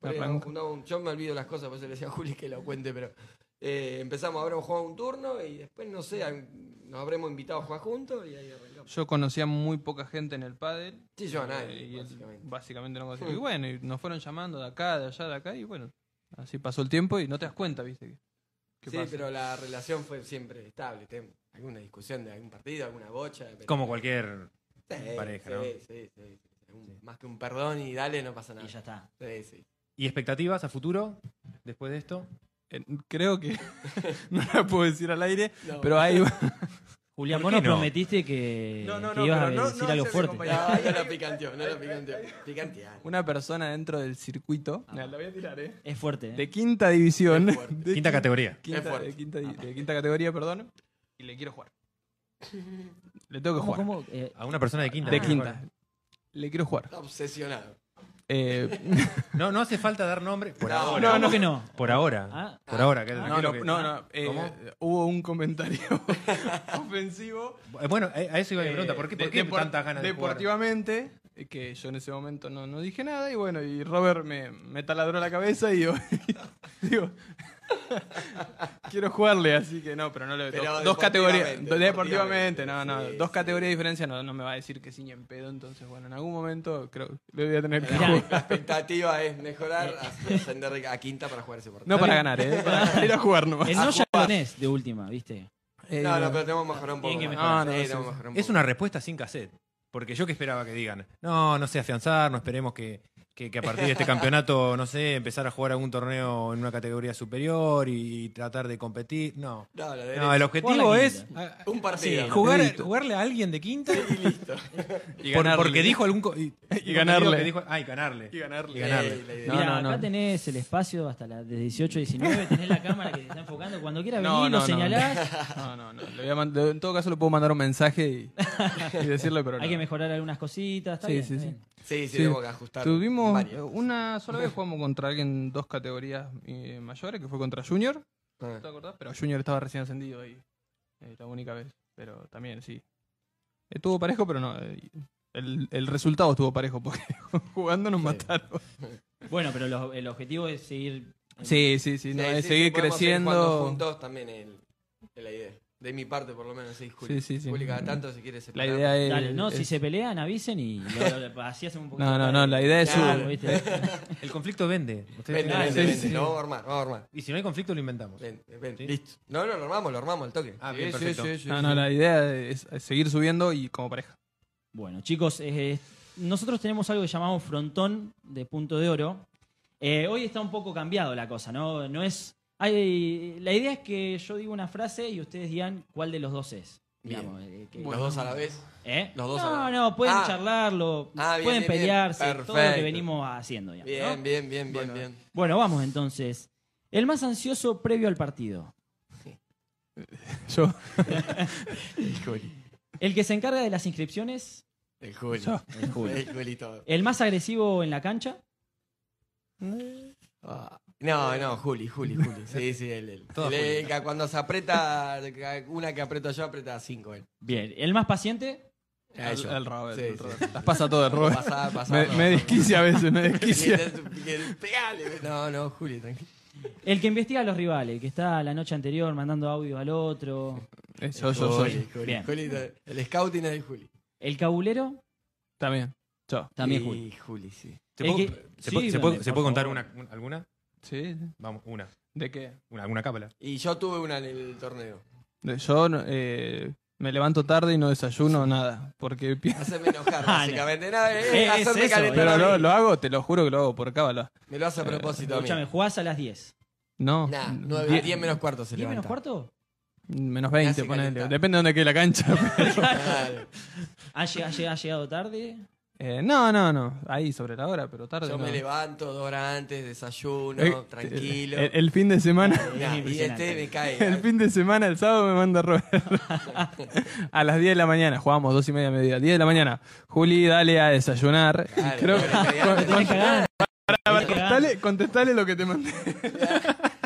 S7: por ahí
S6: Arranca.
S7: nos juntamos un- yo me olvido las cosas, por eso le decía a Juli que lo cuente, pero eh, empezamos, habremos jugado un turno y después, no sé, al- nos habremos invitado a jugar juntos y ahí arrancamos.
S6: Yo conocía muy poca gente en el pádel.
S7: Sí, yo a
S6: Eh,
S7: nadie,
S6: y él
S7: básicamente.
S6: básicamente no conocía. Y bueno, y nos fueron llamando de acá, de allá, de acá, y bueno, así pasó el tiempo y no te das cuenta, viste. que- que
S7: Sí,
S6: pasa.
S7: pero la relación fue siempre estable. Tem- Alguna discusión de algún partido, alguna bocha. pero-
S2: Como cualquier.
S7: Sí,
S2: pareja,
S7: sí,
S2: ¿no?
S7: sí, sí, sí. Un- Más que un perdón y dale, no pasa nada.
S1: Y ya está.
S7: Sí, sí.
S2: ¿Y expectativas a futuro después de esto?
S6: Eh, Creo que no la puedo decir al aire,
S7: No.
S6: pero ahí
S1: Julián,
S2: ¿Por
S1: vos
S2: qué
S1: nos
S2: no?
S1: prometiste que,
S6: No, no,
S1: que
S6: no,
S1: ibas a
S6: pero no-
S1: decir
S6: no
S1: algo
S6: hacerme
S1: fuerte.
S6: compañía.
S7: No, no la picanteó, no la picanteó. Picantear.
S6: una persona dentro del circuito
S1: Ah.
S6: la voy a tirar, ¿eh?
S1: Es fuerte. ¿eh?
S6: de quinta división,
S7: Es fuerte.
S6: de
S2: Quinta categoría.
S7: Es
S6: quinta,
S7: fuerte.
S6: de quinta, di-
S1: Ah,
S6: de quinta categoría, perdón, y le quiero jugar. Le tengo que
S1: ¿Cómo,
S6: jugar.
S1: cómo? Eh,
S2: A una persona de quinta.
S6: De quinta. Le quiero jugar.
S7: Está obsesionado.
S6: Eh,
S2: No, no hace falta dar nombre. Por
S7: No,
S2: ahora.
S1: no,
S6: no,
S1: ¿Cómo que no?
S2: Por ahora.
S1: Ah.
S2: por ahora. que-
S6: no,
S2: creo
S6: no,
S2: que-
S6: no, no, eh,
S2: ¿Cómo?
S6: hubo un comentario ofensivo.
S2: Eh, Bueno, eh, a eso iba mi
S6: eh,
S2: pregunta. ¿Por qué, por
S6: de-
S2: qué
S6: depor-
S2: tantas ganas de jugar?
S6: Deportivamente, eh, que yo en ese momento no, no dije nada, y bueno, y Robert me, me taladró la cabeza y digo, digo, quiero jugarle, así que no, pero no le
S7: Pero
S6: dos, dos categorías.
S7: deportivamente,
S6: do- Deportivamente, no, no,
S7: sí,
S6: dos
S7: sí.
S6: categorías de diferencia no, no me va a decir que sí ni en pedo, entonces bueno, en algún momento creo que le voy a tener que
S1: Mirá.
S6: jugar.
S7: La expectativa es mejorar y ascender a quinta para jugar ese partido.
S6: No para ganar, ¿eh? para ir a jugar nomás.
S1: el no ya lo tenés de última, ¿viste?
S6: Eh,
S7: No, no, pero tenemos que mejorar un poco.
S1: Tienen que
S7: más. Sí,
S6: mejorar. No, no, sí,
S7: tenemos que
S6: sí.
S7: mejorar un
S2: Es
S7: poco.
S2: una respuesta sin cassette. Porque yo que esperaba que digan, no, no sé, afianzar, no esperemos que, que- que a partir de este campeonato, no sé, empezar a jugar algún torneo en una categoría superior y, y tratar de competir. No.
S7: No, la
S2: No, el
S7: derecha.
S2: objetivo
S1: Jugar la
S2: es ah,
S6: Eh,
S7: Un partido.
S2: sí, jugar, jugarle a alguien de quinta
S7: Y listo.
S6: y
S2: por-
S6: ganarle.
S2: porque dijo algún. co- y, y
S6: ganarle.
S2: que dijo- ay, ganarle.
S6: Y ganarle.
S2: Y ganarle.
S7: Sí, la idea.
S6: No,
S1: Mira,
S6: no, no.
S1: acá tenés el espacio hasta las de 18 a 19, tenés la cámara que te está enfocando. Cuando quieras venir,
S6: No, no,
S1: lo
S6: no.
S1: señalás.
S6: No, no, no. Le voy a man- le- en todo caso le puedo mandar un mensaje y, y decirle, pero no.
S1: Hay que mejorar algunas cositas. Está
S6: Sí,
S1: bien,
S6: sí,
S1: está
S6: sí.
S1: bien.
S7: Sí, sí,
S6: Sí.
S7: tenemos que ajustar.
S6: Tuvimos
S7: varias.
S6: una sola vez jugamos contra alguien en dos categorías eh, mayores, que fue contra Junior.
S7: Ah.
S6: ¿Te acordás? Pero Junior estaba recién ascendido ahí. Eh, la única vez. Pero también, sí. Estuvo parejo, pero no. eh, el, el resultado estuvo parejo, porque jugando nos
S7: Sí.
S6: mataron.
S1: Bueno, pero lo- el objetivo es seguir.
S6: Sí, sí, sí. no,
S7: Sí,
S6: es
S7: sí,
S6: seguir
S7: sí, podemos seguir jugando
S6: creciendo.
S7: juntos también el- es la idea. De mi parte, por lo menos, sí, Juli.
S6: Sí, sí, sí.
S7: Juli, cada tanto, si quieres
S6: La
S7: separar.
S6: idea es.
S1: Dale, no, si
S6: Eh, es-
S1: se pelean, avisen y lo- lo- así hacemos un poquito.
S6: No, no, no. La idea es.
S7: Claro.
S6: un-
S1: ¿viste?
S2: El conflicto vende. Eh, Ustedes
S7: Vente,
S2: tienen-
S7: vente,
S6: sí,
S7: vente.
S6: sí.
S7: Lo vamos a armar, vamos a armar.
S2: Y si no hay conflicto, lo inventamos.
S7: Vente, vente.
S2: ¿Sí?
S7: Listo. No, no, lo armamos, lo armamos al toque.
S2: Ah, bien, perfecto.
S6: No, no, la idea es es seguir subiendo y como pareja.
S1: Bueno, chicos, eh, nosotros tenemos algo que llamamos frontón de punto de oro. Eh, hoy está un poco cambiado la cosa, ¿no? No es. hay- la idea es que yo digo una frase y ustedes digan cuál de los dos es.
S7: Bien.
S1: Digamos, eh, que-
S7: Los dos a la vez.
S1: ¿Eh?
S7: los dos a
S1: no,
S7: la-
S1: no, pueden
S7: Ah.
S1: charlarlo,
S7: Ah, bien,
S1: pueden
S7: bien, bien.
S1: pelearse, todo lo que
S7: Perfecto.
S1: venimos haciendo. digamos, ¿no?
S7: Bien, bien, bien, bien,
S6: Bueno.
S7: bien.
S1: Bueno, vamos entonces. El más ansioso previo al partido.
S6: Yo.
S7: El Juli.
S1: El que se encarga de las inscripciones,
S7: El Juli.
S1: el Julio.
S7: El Juli todo.
S1: El más agresivo en la cancha,
S7: Ah, No, no, Juli, Juli, Juli. Sí, sí, él. él.
S2: Todo
S7: Él,
S2: Juli.
S7: que Cuando se aprieta, una que aprieto yo, aprieta cinco él.
S1: bien. El más paciente,
S7: Ah,
S6: El,
S7: yo.
S6: el Robert.
S7: Sí,
S6: el
S7: sí.
S6: Robert. Las pasa todo el Robert.
S7: Pasá, pasá,
S6: me,
S7: no,
S6: me
S7: no.
S6: desquicia a veces, me desquicia.
S7: Pegale. No, no, Juli, tranquilo.
S1: el que investiga a los rivales, el que está la noche anterior mandando audio al otro.
S6: Eso, yo soy.
S7: Juli, Juli,
S1: Bien.
S7: Juli, el scouting es de Juli.
S1: El cabulero,
S6: También. Yo.
S1: también
S7: Y
S1: Julio.
S7: Juli, sí.
S2: ¿Se
S1: El
S2: puede,
S1: que-
S2: se
S1: sí,
S2: puede- se puede-
S1: dale,
S2: se
S1: por
S2: puede contar
S1: favor.
S2: una, un- alguna?
S6: Sí. sí.
S2: Vamos, una.
S6: ¿De qué?
S2: una alguna cápala.
S7: Y yo tuve una en el torneo.
S6: De- yo no- eh, me levanto tarde y no desayuno nada. Porque pi-
S7: Hacerme enojar,
S1: Ah, no.
S7: básicamente. No, eh,
S1: Eh, es
S7: hacerme
S1: eso,
S7: calentar.
S6: Pero
S7: a
S6: no,
S7: mí.
S6: lo hago, te lo juro que lo hago por cábala.
S7: Me lo hace a propósito a mí.
S1: Escúchame, jugás a las 10.
S6: No.
S7: Nah,
S6: n-
S7: nueve-
S6: die-
S7: 10 menos cuarto se
S1: ¿10 menos
S7: levanta.
S1: cuarto?
S6: menos
S7: Me
S6: 20,
S7: hace
S6: ponele.
S7: calentar.
S6: Depende de dónde quede la cancha.
S7: Claro.
S1: ¿Ha llegado, ha llegado- ha llegado tarde?
S6: Eh, no, no, no. Ahí sobre la hora, pero tarde.
S7: Yo
S6: no.
S7: me levanto dos horas antes, desayuno,
S6: Eh,
S7: tranquilo.
S6: El, el fin de semana.
S7: Nah, y
S1: impresionante.
S7: este me cae.
S6: El fin de semana, el sábado, me manda Robert. a las 10 de la mañana, jugamos dos y media, mediodía. 10 de la mañana, Juli, dale a desayunar.
S7: Claro,
S6: Creo que-
S7: claro,
S6: con-
S7: claro.
S6: con-
S1: Tenés cagada. Tenés cagada.
S6: contestale, contestale lo que te mandé.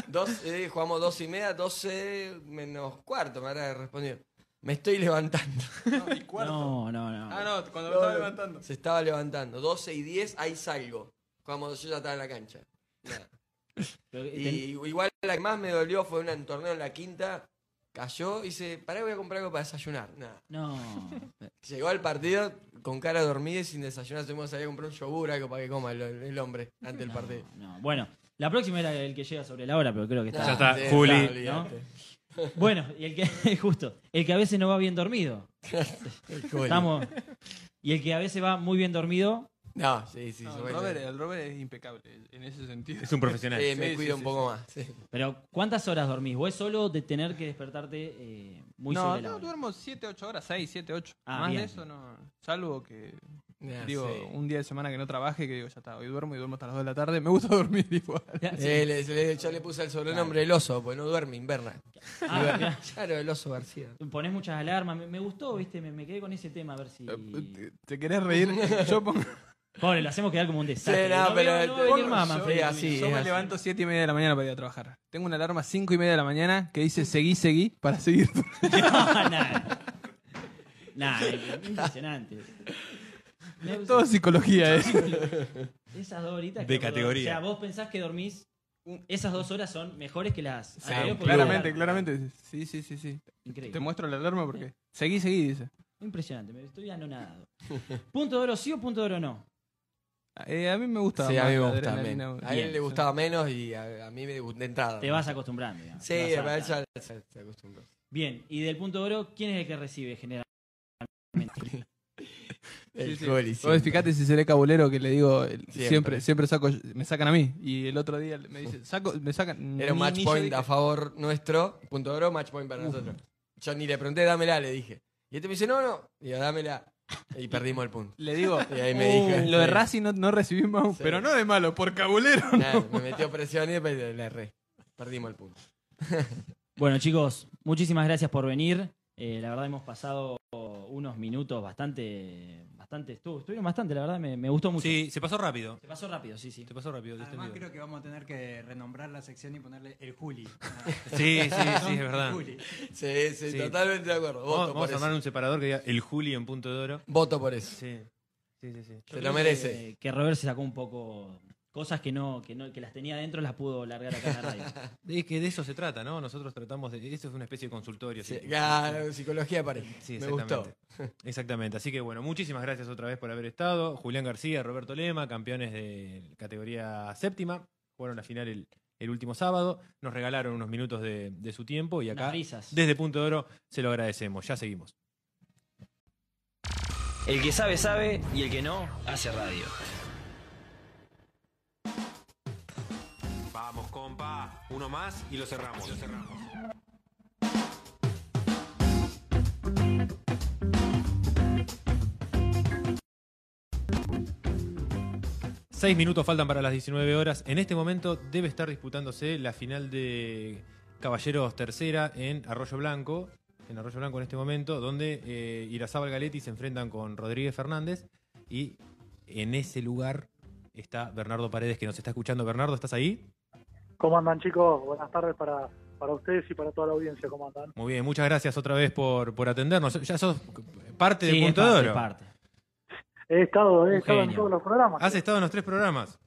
S7: Dos, eh, jugamos dos y media, 12 menos cuarto, me habrá respondido. Me estoy levantando.
S1: No, no, no.
S6: Ah, no, cuando
S7: me estaba
S6: me estaba levantando.
S7: Se estaba levantando. 12 y 10, ahí salgo. Jugamos, yo ya estaba en la cancha. Nah.
S1: Pero, eh, ten-
S7: Y igual la que más me dolió fue una en torneo en la quinta. Cayó y dice, pará, voy a comprar algo para desayunar. Nada.
S1: No.
S7: Llegó al partido con cara dormida y sin desayunar. Tuvimos que salir a comprar un yogur, algo para que coma el, el hombre antes del partido.
S1: No, bueno, la próxima era el que llega sobre la hora, pero creo que está.
S2: Ya está,
S7: sí,
S2: Juli.
S7: está, olvidate.
S1: Bueno, y el que, justo, el que a veces no va bien dormido.
S7: Juli.
S1: Estamos. Y el que a veces va muy bien dormido,
S7: No, sí, sí.
S6: No,
S7: yo
S6: el,
S7: bailo.
S6: Robert, el Robert es impecable en ese sentido.
S2: Es un profesional.
S7: Sí, me
S6: Sí,
S7: cuido
S6: sí,
S7: un
S6: sí,
S7: poco más. sí.
S1: pero ¿cuántas horas dormís? ¿O es solo de tener que despertarte eh, muy
S6: no,
S1: sobre la
S6: no,
S1: hora?
S6: duermo 7, 8 horas, 6, 7, 8.
S1: Ah,
S6: Más
S1: bien.
S6: de eso no. Salvo que,
S7: Nah,
S6: digo,
S7: sí.
S6: un día de semana que no trabaje, que digo, ya está, hoy duermo y duermo hasta las 2 de la tarde. Me gusta dormir igual.
S1: Ah,
S7: Eh, le- le- yo le puse el sobrenombre el oso, porque no duerme, inverna.
S1: Ah, mirá.
S7: Claro, el oso García.
S1: Ponés muchas alarmas. Me, me gustó, viste, me, me quedé con ese tema, a ver si.
S6: ¿Te, te querés reír? Yo pongo.
S1: Pobre, lo hacemos quedar como un desastre.
S7: Sí, no,
S1: No veo-
S7: pero-
S1: no va a venir
S7: Pongo
S1: más,
S7: yo-
S1: Manfred.
S7: es así,
S6: Yo
S7: es
S6: me
S7: así.
S6: levanto 7 y media de la mañana para ir a trabajar. Tengo una alarma 5 y media de la mañana que dice seguí, seguí para seguir.
S1: No, nada. Nada, impresionante. No,
S6: Todo psicología, ¿eh?
S1: Esas dos horitas.
S2: De
S1: que-
S2: categoría.
S1: O sea, vos pensás que dormís. Esas dos horas son mejores que las. anteriores porque-
S6: claramente, claramente. Sí, sí, sí, sí. Te
S1: Increíble.
S6: muestro la alarma porque. Seguí, seguí, dice.
S1: Impresionante, me estoy anonadado. ¿Punto de oro sí o punto de oro no?
S6: Eh, a mí me gusta.
S7: Sí, a
S6: más
S7: mí
S6: la
S7: me gusta
S6: adrenalina.
S7: menos. A
S1: Bien,
S7: él le gustaba menos y a, a mí me gustó de entrada.
S1: Te vas acostumbrando. digamos.
S7: Sí,
S1: Te vas
S7: a él
S1: adaptando.
S7: ya se- se acostumbró.
S1: Bien, y del punto de oro, ¿quién es el que recibe generalmente?
S7: El
S6: sí.
S7: Juli, sí.
S6: Vos fijate si seré cabulero que le digo el-
S7: Siempre.
S6: siempre, siempre saco, me sacan a mí. Y el otro día me dice, saco, me sacan.
S7: Era un
S6: ni-
S7: match
S6: ni yo
S7: point
S6: dije.
S7: a favor nuestro. Punto de oro, match point para nosotros. Yo ni le pregunté, dámela, le dije. Y este me dice, no, no. Y yo, dámela. Y perdimos el punto.
S6: Le digo, "Uh,
S7: Y ahí me dijo.
S6: lo de Racing no, no recibí más,
S7: Sí.
S6: pero no de malo, por cabulero. no.
S7: Nada, me metió presión y después le erré. Perdimos el punto.
S1: Bueno, chicos, muchísimas gracias por venir. Eh, la verdad, hemos pasado unos minutos bastante. bastante estuvo, estuvieron bastante, la verdad, me, me gustó mucho.
S2: Sí, se pasó rápido.
S1: Se pasó rápido, sí, sí.
S2: Se pasó rápido.
S3: Además,
S2: distendido.
S3: creo que vamos a tener que renombrar la sección y ponerle el Juli.
S2: Sí, sí, sí, es verdad.
S3: Juli.
S7: Sí, sí,
S2: Sí.
S7: totalmente de acuerdo. Voto
S2: Vamos, vamos
S7: por
S2: a
S7: eso.
S2: armar un separador que diga el Juli en punto de oro.
S7: Voto por eso.
S2: Sí. Sí, sí, sí.
S7: Se lo merece.
S1: Eh, que Robert se sacó un poco. Cosas que no, que no, que las tenía adentro las pudo largar acá en la radio.
S2: Es que de eso se trata, ¿no? Nosotros tratamos de. Esto es una especie de consultorio.
S7: Sí,
S2: Sí,
S7: claro, psicología de pared.
S2: Sí,
S7: Me gustó.
S2: exactamente. Exactamente. Así que bueno, muchísimas gracias otra vez por haber estado. Julián García, Roberto Lema, campeones de categoría séptima. Jugaron la final el, el último sábado. Nos regalaron unos minutos de, de su tiempo y
S1: Unas
S2: acá,
S1: risas.
S2: desde Punto de Oro, se lo agradecemos. Ya seguimos.
S5: El que sabe, sabe y el que no, hace radio.
S4: Vamos, compa. Uno más y lo cerramos. Lo cerramos.
S2: Seis minutos faltan para las 19 horas. En este momento debe estar disputándose la final de Caballeros Tercera en Arroyo Blanco. En Arroyo Blanco en este momento, donde eh, Irazábal Galetti se enfrentan con Rodríguez Fernández. Y en ese lugar está Bernardo Paredes, que nos está escuchando. Bernardo, ¿estás ahí?
S8: ¿Cómo andan chicos? Buenas tardes para, para ustedes y para toda la audiencia, ¿cómo andan?
S2: Muy bien, muchas gracias otra vez por, por atendernos. Ya sos parte de
S1: Sí,
S2: Punto
S1: es
S2: de
S1: parte,
S2: Oro.
S1: es parte.
S8: He estado, he
S1: Un
S8: estado en
S1: genio.
S8: todos los programas.
S2: Has estado en los tres programas.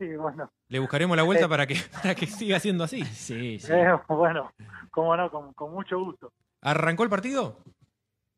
S8: Sí, bueno,
S2: Le buscaremos la vuelta para que, Eh, para que siga siendo así.
S1: Sí, sí.
S8: eh, bueno, cómo no, con, con mucho gusto.
S2: ¿Arrancó el partido?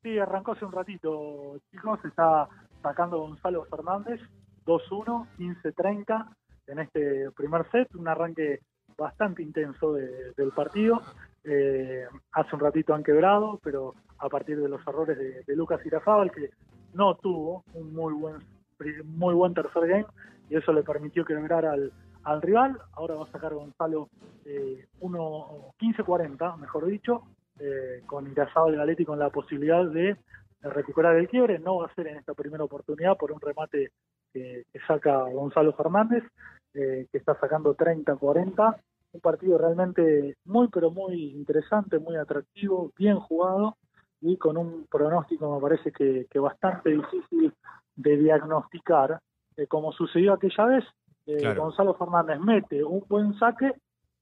S8: Sí, arrancó hace un ratito, chicos, está sacando Gonzalo Fernández, 2-1, 15-30 en este primer set, un arranque bastante intenso de- del partido. Eh, hace un ratito han quebrado, pero a partir de los errores de, de Lucas Irazábal, que no tuvo un muy buen, pri- muy buen tercer game, y eso le permitió quebrar al, al rival. Ahora va a sacar Gonzalo eh, uno- 15-40, mejor dicho, eh, con Irazado el Galetti con la posibilidad de, de recuperar el quiebre. No va a ser en esta primera oportunidad por un remate que, que saca Gonzalo Fernández, eh, que está sacando 30-40. Un partido realmente muy, pero muy interesante, muy atractivo, bien jugado y con un pronóstico, me parece que, que bastante difícil de diagnosticar. Eh, como sucedió aquella vez, eh,
S2: Claro.
S8: Gonzalo Fernández mete un buen saque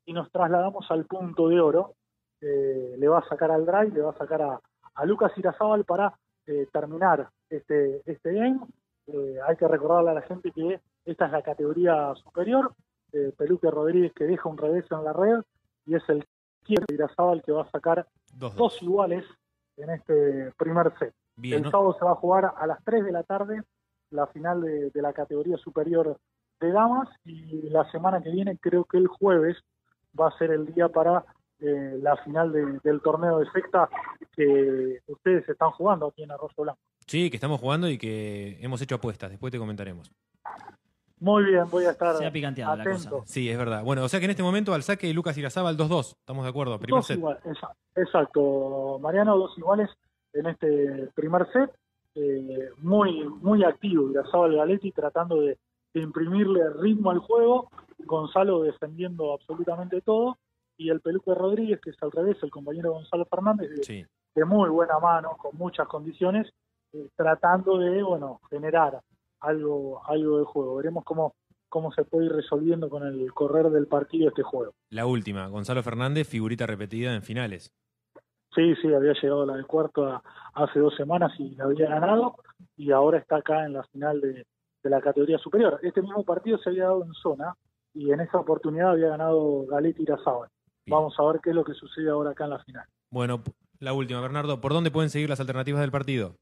S8: y nos trasladamos al punto de oro, eh, le va a sacar al drive, le va a sacar a, a Lucas Irazábal para eh, terminar este, este game. Eh, hay que recordarle a la gente que esta es la categoría superior. Eh, Peluque Rodríguez que deja un revés en la red y es el izquierda de Irazábal que va a sacar
S2: Dos, dos.
S8: dos iguales en este primer set.
S2: Bien,
S8: el
S2: ¿no?
S8: sábado se va a jugar a las 3 de la tarde la final de, de la categoría superior de damas y la semana que viene, creo que el jueves, va a ser el día para eh, la final de- del torneo de sexta que ustedes están jugando aquí en Arroyo Blanco.
S2: Sí, que estamos jugando y que hemos hecho apuestas. Después te comentaremos.
S8: Muy bien, voy a estar
S1: Se ha picanteado la cosa.
S8: atento.
S2: Sí, es verdad. Bueno, o sea que en este momento al saque Lucas Irazaba al 2-2. Estamos de acuerdo. Primer
S8: Dos
S2: set.
S8: igual- exa- exacto, Mariano, dos iguales en este primer set. Eh, muy, muy activo Irazábal Galetti tratando de, de imprimirle ritmo al juego. Gonzalo defendiendo absolutamente todo. Y el Peluque Rodríguez, que es al revés, el compañero Gonzalo Fernández, de,
S2: Sí.
S8: de muy buena mano, con muchas condiciones, eh, tratando de bueno generar algo, algo de juego. Veremos cómo, cómo se puede ir resolviendo con el correr del partido este juego.
S2: La última. Gonzalo Fernández, figurita repetida en finales.
S8: Sí, sí, había llegado a la de cuarto a- hace dos semanas y la había ganado y ahora está acá en la final de, de la categoría superior. Este mismo partido se había dado en zona y en esa oportunidad había ganado Galetti Irazábal.
S2: Bien.
S8: Vamos a ver qué es lo que sucede ahora acá en la final.
S2: Bueno, p- la última, Bernardo. ¿Por dónde pueden seguir las alternativas del partido?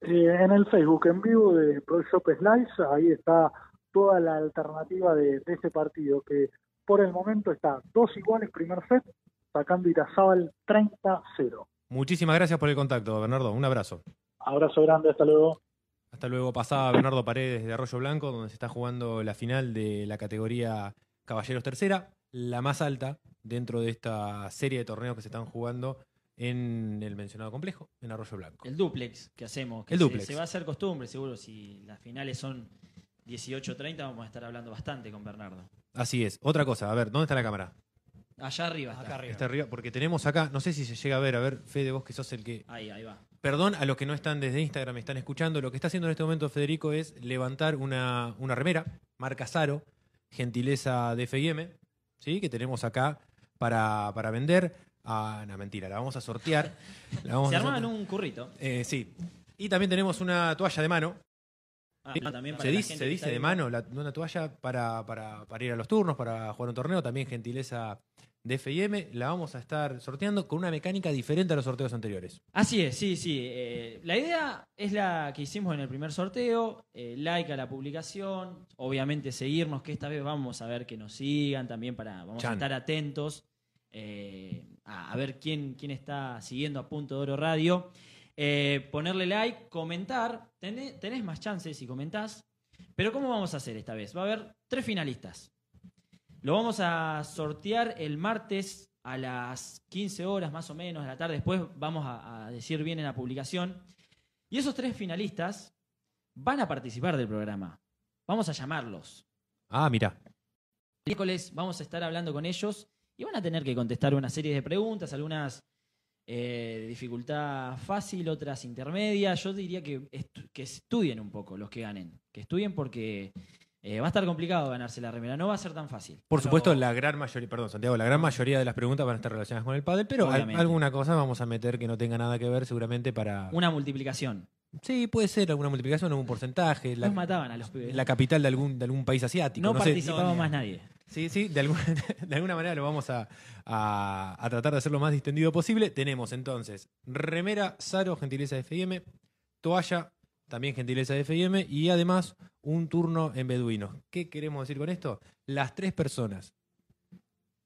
S8: Eh, en el Facebook en vivo de Pro Shop Slice, ahí está toda la alternativa de, de este partido, que por el momento está dos iguales primer set, sacando Irazábal 30-0.
S2: Muchísimas gracias por el contacto, Bernardo. Un abrazo.
S8: Abrazo grande, hasta luego.
S2: Hasta luego pasaba Bernardo Paredes de Arroyo Blanco, donde se está jugando la final de la categoría Caballeros Tercera, la más alta dentro de esta serie de torneos que se están jugando en el mencionado complejo, en Arroyo Blanco.
S1: El duplex que hacemos. que
S2: El
S1: se,
S2: dúplex.
S1: Se va a hacer costumbre, seguro. Si las finales son 18.30, vamos a estar hablando bastante con Bernardo.
S2: Así es. Otra cosa, a ver, ¿dónde está la cámara?
S1: Allá arriba está.
S3: Acá arriba.
S2: Está arriba, porque tenemos acá, no sé si se llega a ver, a ver, Fede, vos que sos el que
S1: Ahí, ahí va.
S2: Perdón a los que no están desde Instagram, están escuchando. Lo que está haciendo en este momento Federico es levantar una, una remera, marca Zaro, gentileza de FIM, ¿sí? que tenemos acá para, para vender. Ah, no, mentira, la vamos a sortear. La vamos
S1: Se
S2: a
S1: armaban
S2: sortear.
S1: un currito.
S2: Eh, sí. Y también tenemos una toalla de mano.
S1: Ah,
S2: Sí.
S1: también para
S2: se
S1: la
S2: dice,
S1: gente
S2: se
S1: que
S2: dice
S1: está
S2: de
S1: viendo.
S2: mano, la- una toalla para, para- para ir a los turnos, para jugar un torneo. También gentileza de FIM. La vamos a estar sorteando con una mecánica diferente a los sorteos anteriores.
S1: Así es, sí, sí. Eh, la idea es la que hicimos en el primer sorteo, eh, like a la publicación, obviamente seguirnos, que esta vez vamos a ver que nos sigan también para, vamos
S2: Chan.
S1: a estar atentos eh, a, a ver quién, quién está siguiendo a Punto de Oro Radio. Eh, ponerle like, comentar, Tené- tenés más chances si comentás, pero ¿cómo vamos a hacer esta vez? Va a haber tres finalistas. Lo vamos a sortear el martes a las 15 horas más o menos de la tarde. Después vamos a, a decir bien en la publicación. Y esos tres finalistas van a participar del programa. Vamos a llamarlos.
S2: Ah, mirá.
S1: El miércoles vamos a estar hablando con ellos y van a tener que contestar una serie de preguntas, algunas eh, de dificultad fácil, otras intermedias. Yo diría que, estu- que estudien un poco los que ganen. Que estudien porque eh, va a estar complicado ganarse la remera. No va a ser tan fácil.
S2: Por
S1: Pero-
S2: supuesto, la gran mayoría, perdón, Santiago, la gran mayoría de las preguntas van a estar relacionadas con el padre, pero al-
S1: Obviamente.
S2: alguna cosa vamos a meter que no tenga nada que ver seguramente para...
S1: Una multiplicación.
S2: Sí, puede ser alguna multiplicación, algún porcentaje, la,
S1: Los mataban a los pibes.
S2: la capital de algún, de algún país asiático.
S1: no,
S2: No, sé.
S1: participaba más nadie.
S2: Sí, sí, de alguna, de alguna manera lo vamos a, a- a tratar de hacer lo más distendido posible. Tenemos entonces remera, Saro, gentileza de FIM, toalla, también gentileza de FIM, y además un turno en beduinos. ¿Qué queremos decir con esto? Las tres personas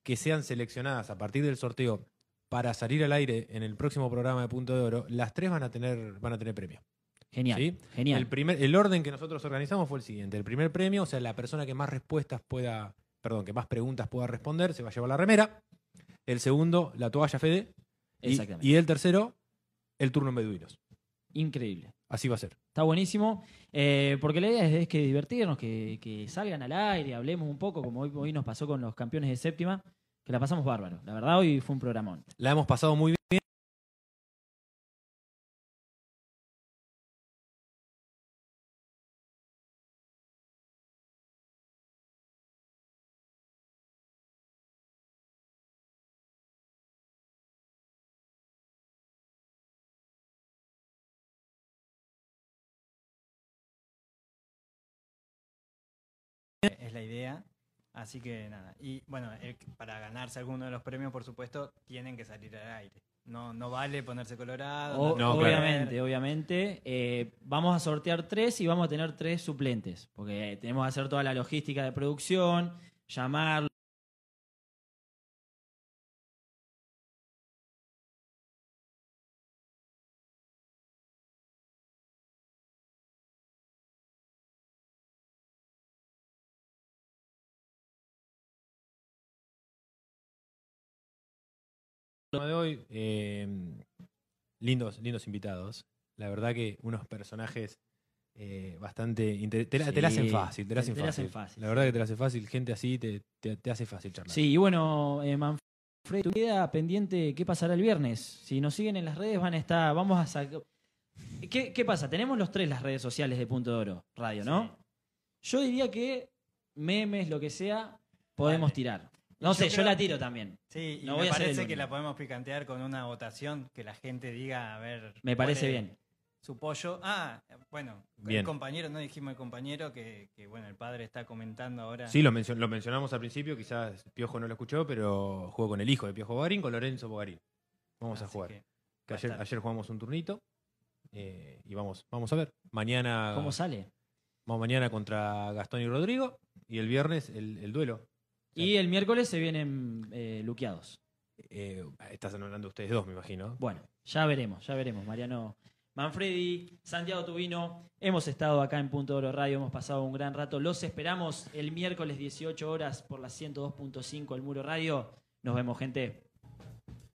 S2: que sean seleccionadas a partir del sorteo para salir al aire en el próximo programa de Punto de Oro, las tres van a tener, van a tener premio.
S1: Genial.
S2: Sí.
S1: Genial.
S2: El, primer, el orden que nosotros organizamos fue el siguiente. El primer premio, o sea, la persona que más respuestas pueda, perdón, que más preguntas pueda responder, se va a llevar la remera. El segundo, la toalla Fede. Y-
S1: Exactamente.
S2: Y, el tercero, el turno en beduinos.
S1: Increíble.
S2: Así va a ser.
S1: Está buenísimo. eh, porque la idea es, es que divertirnos, que, que salgan al aire, hablemos un poco, como hoy, hoy nos pasó con los campeones de séptima, que la pasamos bárbaro. La verdad, hoy fue un programón.
S2: La hemos pasado muy bien.
S3: Es la idea. Así que nada. Y bueno, el- para ganarse alguno de los premios, por supuesto, tienen que salir al aire. No, no vale ponerse colorado.
S1: O-
S2: No, claro.
S1: obviamente, obviamente. Eh, vamos a sortear tres y vamos a tener tres suplentes, porque eh, tenemos que hacer toda la logística de producción, llamar,
S2: tema de hoy. eh, lindos, lindos invitados. La verdad que unos personajes eh, bastante. inter- Te, la- te la hacen
S1: Sí,
S2: fácil, te la hacen, fácil.
S1: fácil,
S2: La
S1: sí.
S2: verdad que te la hace fácil, gente así te, te- te hace fácil charlar.
S1: Sí, y bueno, eh, Manfred, tu queda pendiente qué pasará el viernes. Si nos siguen en las redes van a estar, vamos a sacar... ¿Qué, qué pasa? Tenemos los tres las redes sociales de Punto de Oro Radio, ¿no? Yo diría que memes, lo que sea, podemos
S3: Dale.
S1: tirar. No
S3: yo
S1: sé, yo
S3: creo-
S1: la tiro también.
S3: Sí, y
S1: No
S3: me
S1: voy a ser el
S3: parece que
S1: único.
S3: la podemos picantear con una votación que la gente diga, a ver.
S1: Me
S3: cuál
S1: parece
S3: es
S1: bien.
S3: Su pollo. Ah, bueno,
S2: Bien.
S3: el compañero, no dijimos el compañero, que, que, bueno, el padre está comentando ahora.
S2: Sí, lo, mencio- lo mencionamos al principio, quizás Piojo no lo escuchó, pero jugó con el hijo de Piojo Bogarín, con Lorenzo Bogarín. Vamos a
S3: Así
S2: jugar.
S3: que
S2: Que
S3: va a
S2: ayer,
S3: estar.
S2: ayer jugamos un turnito eh, y vamos, vamos a ver. Mañana,
S3: Ah.
S1: ¿Cómo sale?
S2: vamos mañana contra Gastón y Rodrigo y el viernes el, el duelo.
S1: Y el miércoles se vienen eh, luqueados.
S2: Eh, estás hablando ustedes dos, me imagino.
S1: Bueno, ya veremos, ya veremos, Mariano. Manfredi, Santiago Tubino, hemos estado acá en Punto Oro Radio, hemos pasado un gran rato. Los esperamos el miércoles 18 horas por las 102.5 El Muro Radio. Nos vemos, gente.